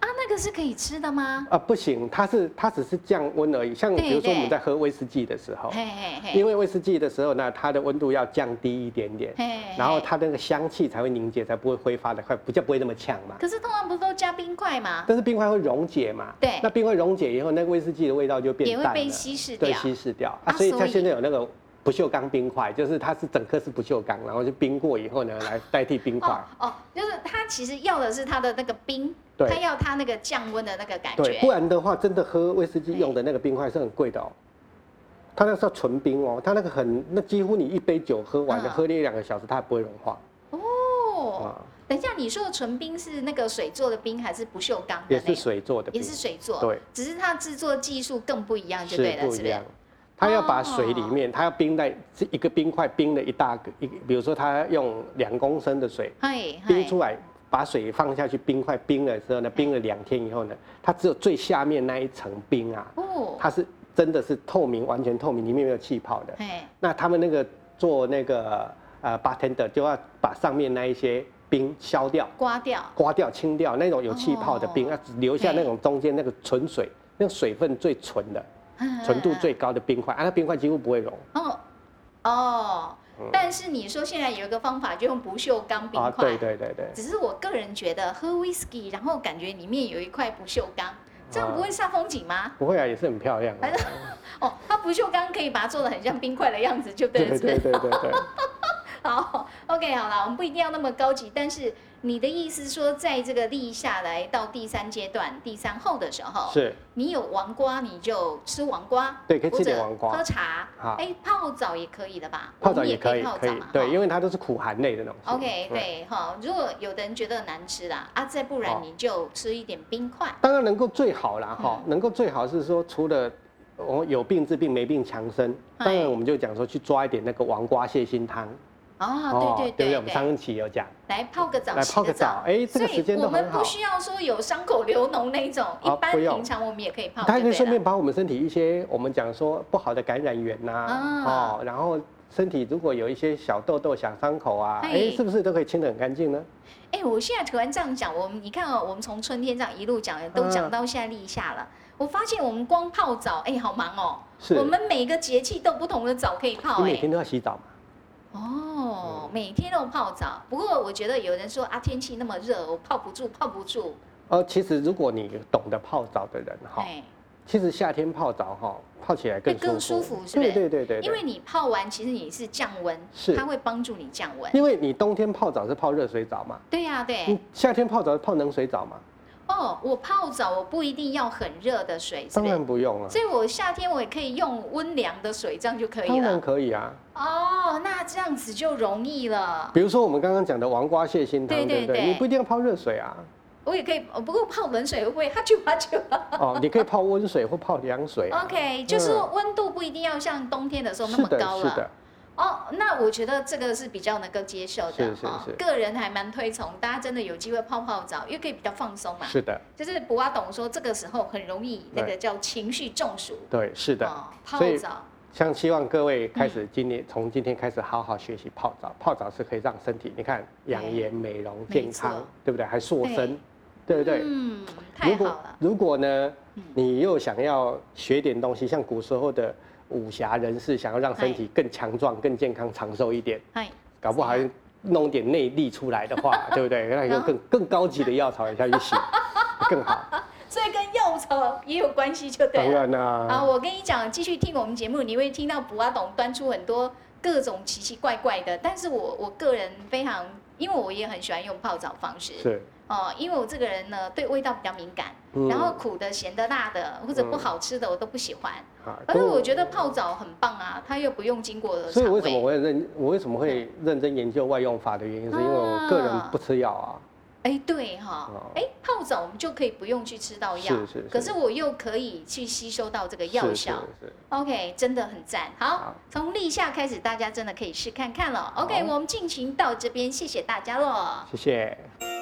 Speaker 1: 啊，那个是可以吃的吗？
Speaker 2: 啊，不行，它是它只是降温而已。像
Speaker 1: 对
Speaker 2: 比如说
Speaker 1: 对
Speaker 2: 我们在喝威士忌的时候，
Speaker 1: 嘿嘿嘿，
Speaker 2: 因为威士忌的时候呢，它的温度要降低一点点，
Speaker 1: 嘿嘿
Speaker 2: 然后它那个香气才会凝结，才不会挥发的快，比较不会那么呛嘛。
Speaker 1: 可是通常不都加冰块吗？
Speaker 2: 但是冰块会溶解嘛？
Speaker 1: 对
Speaker 2: 那冰块溶解以后，那个威士忌的味道就变
Speaker 1: 也会
Speaker 2: 淡了，
Speaker 1: 被稀释
Speaker 2: 对，
Speaker 1: 掉。
Speaker 2: 稀释掉
Speaker 1: 啊
Speaker 2: 啊。所以
Speaker 1: 所
Speaker 2: 它
Speaker 1: 以
Speaker 2: 现在有那个不锈钢冰块，就是它是整颗是不锈钢，然后就冰过以后呢，来代替冰块
Speaker 1: 哦。哦，就是它其实要的是它的那个冰，
Speaker 2: 对
Speaker 1: 它要它那个降温的那个感
Speaker 2: 对，
Speaker 1: 觉
Speaker 2: 不。然的话，真的喝威士忌用的那个冰块是很贵的哦。它那是要纯冰哦，它那个很，那几乎你一杯酒喝完了，
Speaker 1: 嗯
Speaker 2: 喝了一两个小时，它还不会融化
Speaker 1: 哦，
Speaker 2: 啊。
Speaker 1: 等一下，你说的纯冰是那个水做的冰，还是不锈钢的
Speaker 2: 也
Speaker 1: 那个？
Speaker 2: 是水做的冰，
Speaker 1: 也是水做，
Speaker 2: 对，
Speaker 1: 只是它制作技术更不一样就对了，
Speaker 2: 不
Speaker 1: 是
Speaker 2: 一
Speaker 1: 不是哦
Speaker 2: 样？。它要把水里面，它要冰在这一个冰块冰了一大个一个，比如说它用两公升的水
Speaker 1: 嗨
Speaker 2: 冰
Speaker 1: 嗨，
Speaker 2: 出来，把水放下去，冰块冰了之后呢，冰了两天以后呢，它只有最下面那一层冰啊，
Speaker 1: 哦，
Speaker 2: 它是真的是透明，完全透明，里面没有气泡的。
Speaker 1: 哎，
Speaker 2: 那他们那个做那个呃 bartender 就要把上面那一些冰削掉、
Speaker 1: 刮掉，
Speaker 2: 刮掉、清掉，那种有气泡的冰，
Speaker 1: 哦
Speaker 2: 要、只留下
Speaker 1: 对
Speaker 2: 那种中间那个纯水，那个水分最纯的。
Speaker 1: 嗯
Speaker 2: 纯度最高的冰块，啊，那冰块几乎不会融
Speaker 1: 哦哦。但是你说现在有一个方法，就用不锈钢冰
Speaker 2: 嗯啊。
Speaker 1: 块
Speaker 2: 对，对对对，
Speaker 1: 只是我个人觉得喝 whisky，然后感觉里面有一块不锈钢，这样
Speaker 2: 啊
Speaker 1: 不会煞风景吗？
Speaker 2: 不会啊，也是很漂亮、啊
Speaker 1: 反。哦，它不锈钢可以把它做的很像冰块的样子， 就对
Speaker 2: 对
Speaker 1: 了，
Speaker 2: 对
Speaker 1: 是不是
Speaker 2: 对对对，
Speaker 1: 好，OK，好啦，我们不一定要那么高级，但是你的意思说，在这个立下来到第三阶段、第三后的时候，
Speaker 2: 是
Speaker 1: 你有王瓜你就吃王瓜，
Speaker 2: 对可以
Speaker 1: 或
Speaker 2: 吃点
Speaker 1: 者
Speaker 2: 王瓜
Speaker 1: 喝茶，
Speaker 2: 好
Speaker 1: 哎，泡澡也可以的吧？
Speaker 2: 泡
Speaker 1: 我
Speaker 2: 澡
Speaker 1: 们
Speaker 2: 也
Speaker 1: 可
Speaker 2: 可以
Speaker 1: 泡
Speaker 2: 可
Speaker 1: 澡
Speaker 2: 以
Speaker 1: 嘛，，
Speaker 2: 对，因
Speaker 1: 为。
Speaker 2: 为它都是苦寒类的东西。
Speaker 1: OK，
Speaker 2: 嗯。
Speaker 1: 对哈，如果有的人觉得难吃啦，啊，再不然
Speaker 2: 好
Speaker 1: 你就吃一点冰块，
Speaker 2: 当然能够最好啦，哈、
Speaker 1: 嗯
Speaker 2: 能够最好是说除了。我有病治病，没病强身。
Speaker 1: 哎
Speaker 2: 当然，我们就讲说去抓一点那个黄瓜蟹心汤。
Speaker 1: 哦，对
Speaker 2: 对不
Speaker 1: 对
Speaker 2: 对？我们上一期有讲，
Speaker 1: 来泡个澡，
Speaker 2: 来
Speaker 1: 洗
Speaker 2: 泡个澡哎这个时
Speaker 1: 所
Speaker 2: 间
Speaker 1: 以我
Speaker 2: 都
Speaker 1: 们
Speaker 2: 很
Speaker 1: 不
Speaker 2: 好
Speaker 1: 需要说有伤口流脓那一种，一
Speaker 2: 啊
Speaker 1: 般
Speaker 2: 不用
Speaker 1: 平常我们也可以泡就对
Speaker 2: 它
Speaker 1: 了。
Speaker 2: 可以顺便把我们身体一些我们讲说不好的感染源呐、
Speaker 1: 啊
Speaker 2: 哦，然后身体如果有一些小痘痘、小伤口啊，
Speaker 1: 哎
Speaker 2: 哎，是不是都可以清得很干净呢？
Speaker 1: 哎、我现在突然这样讲，我们你看哦，我们从春天这样一路讲，都讲
Speaker 2: 嗯
Speaker 1: 到现在立夏了。我发现我们光泡澡，哎、好忙哦。
Speaker 2: 是
Speaker 1: 我们每个节气都有不同的澡可以泡、
Speaker 2: 你每
Speaker 1: 哎。
Speaker 2: 天都要洗澡嘛？
Speaker 1: 哦，每天都泡澡。不过我觉得有人说啊，天气那么热，我泡不住，泡不住。
Speaker 2: 呃，其实如果你懂得泡澡的人哈，
Speaker 1: 哎，
Speaker 2: 其实夏天泡澡哈，泡起来更
Speaker 1: 会
Speaker 2: 舒服，
Speaker 1: 更舒服是不是
Speaker 2: 对对对对对，
Speaker 1: 因为你泡完，其实你是降温，
Speaker 2: 是嗯
Speaker 1: 它会帮助你降温。
Speaker 2: 因为你冬天泡澡是泡热水澡嘛，
Speaker 1: 对呀、对。
Speaker 2: 你夏天泡澡是泡冷水澡嘛，
Speaker 1: 哦，我泡澡我不一定要很热的水，是
Speaker 2: 当
Speaker 1: 不是？
Speaker 2: 然不用了，啊
Speaker 1: 所以我夏天我也可以用温凉的水，这样就可以
Speaker 2: 当然
Speaker 1: 了。
Speaker 2: 可以啊。
Speaker 1: 哦，那这样子就容易了。
Speaker 2: 比如说我们刚刚讲的黄瓜蟹心汤，
Speaker 1: 对对
Speaker 2: 不对？
Speaker 1: 对
Speaker 2: 你不一定要泡热水啊，
Speaker 1: 我也可以，哦不过泡冷水会不会 哈啾哈啾
Speaker 2: 哦，你可以泡温水或泡凉水啊。
Speaker 1: ？OK，就是说温度不一定要像冬天的时候那
Speaker 2: 是
Speaker 1: 么
Speaker 2: 的，
Speaker 1: 高啊
Speaker 2: 是的
Speaker 1: 了。，哦，那我觉得这个是比较能够接受的
Speaker 2: 是是
Speaker 1: 哦
Speaker 2: 是
Speaker 1: 个人还蛮推崇，大家真的有机会泡泡澡，因为可以比较放松嘛。
Speaker 2: 是的，
Speaker 1: 就是啊博阿董说，这个时候很容易那个叫情绪中暑。
Speaker 2: 对，是的。
Speaker 1: 哦、泡嗯
Speaker 2: 所以
Speaker 1: 澡。
Speaker 2: 像希望各位开始今年从今天开始好好学习泡澡，泡澡是可以让身体你看养颜、美容、
Speaker 1: 没
Speaker 2: 健康
Speaker 1: 错，
Speaker 2: 对不对？还塑身，对不对？
Speaker 1: 嗯，
Speaker 2: 如
Speaker 1: 太好
Speaker 2: 果
Speaker 1: 了，
Speaker 2: 如果呢
Speaker 1: 嗯，
Speaker 2: 你又想要学点东西，像古时候的武侠人士，想要让身体更强壮、更健康、长寿一点，
Speaker 1: 哎，
Speaker 2: 搞不好还弄点内力出来的话， 对不对？那用更更高级的药草下去洗，更好。
Speaker 1: 所以跟药草也有关系，就 对
Speaker 2: 当
Speaker 1: 了。
Speaker 2: 然
Speaker 1: 啊，
Speaker 2: 啦，
Speaker 1: 我跟你讲，继续听我们节目，你会听到卜阿董端出很多各种奇奇怪怪的。但是我我个人非常，因为我也很喜欢用泡澡方式，
Speaker 2: 是，
Speaker 1: 哦、因为我这个人呢对味道比较敏感，
Speaker 2: 嗯
Speaker 1: 然后苦的、咸的、辣的或者不好吃的我都不喜欢。
Speaker 2: 啊
Speaker 1: 而且我觉得泡澡很棒啊，它又不用经过
Speaker 2: 所以
Speaker 1: 肠
Speaker 2: 为什么
Speaker 1: 胃。
Speaker 2: 我会认我为什么会认真研究外用法的原因，是因为我个人不吃药啊。
Speaker 1: 哎，对哈、
Speaker 2: 哦
Speaker 1: 哎，泡澡我们就可以不用去吃到药，
Speaker 2: 是是是
Speaker 1: 可是我又可以去吸收到这个药
Speaker 2: 是
Speaker 1: 效。，
Speaker 2: 是是
Speaker 1: OK，真的很赞。好
Speaker 2: 好，
Speaker 1: 从立夏开始，大家真的可以试看看了。
Speaker 2: 好
Speaker 1: OK，我们进行到这边，谢谢大家了。
Speaker 2: 谢谢。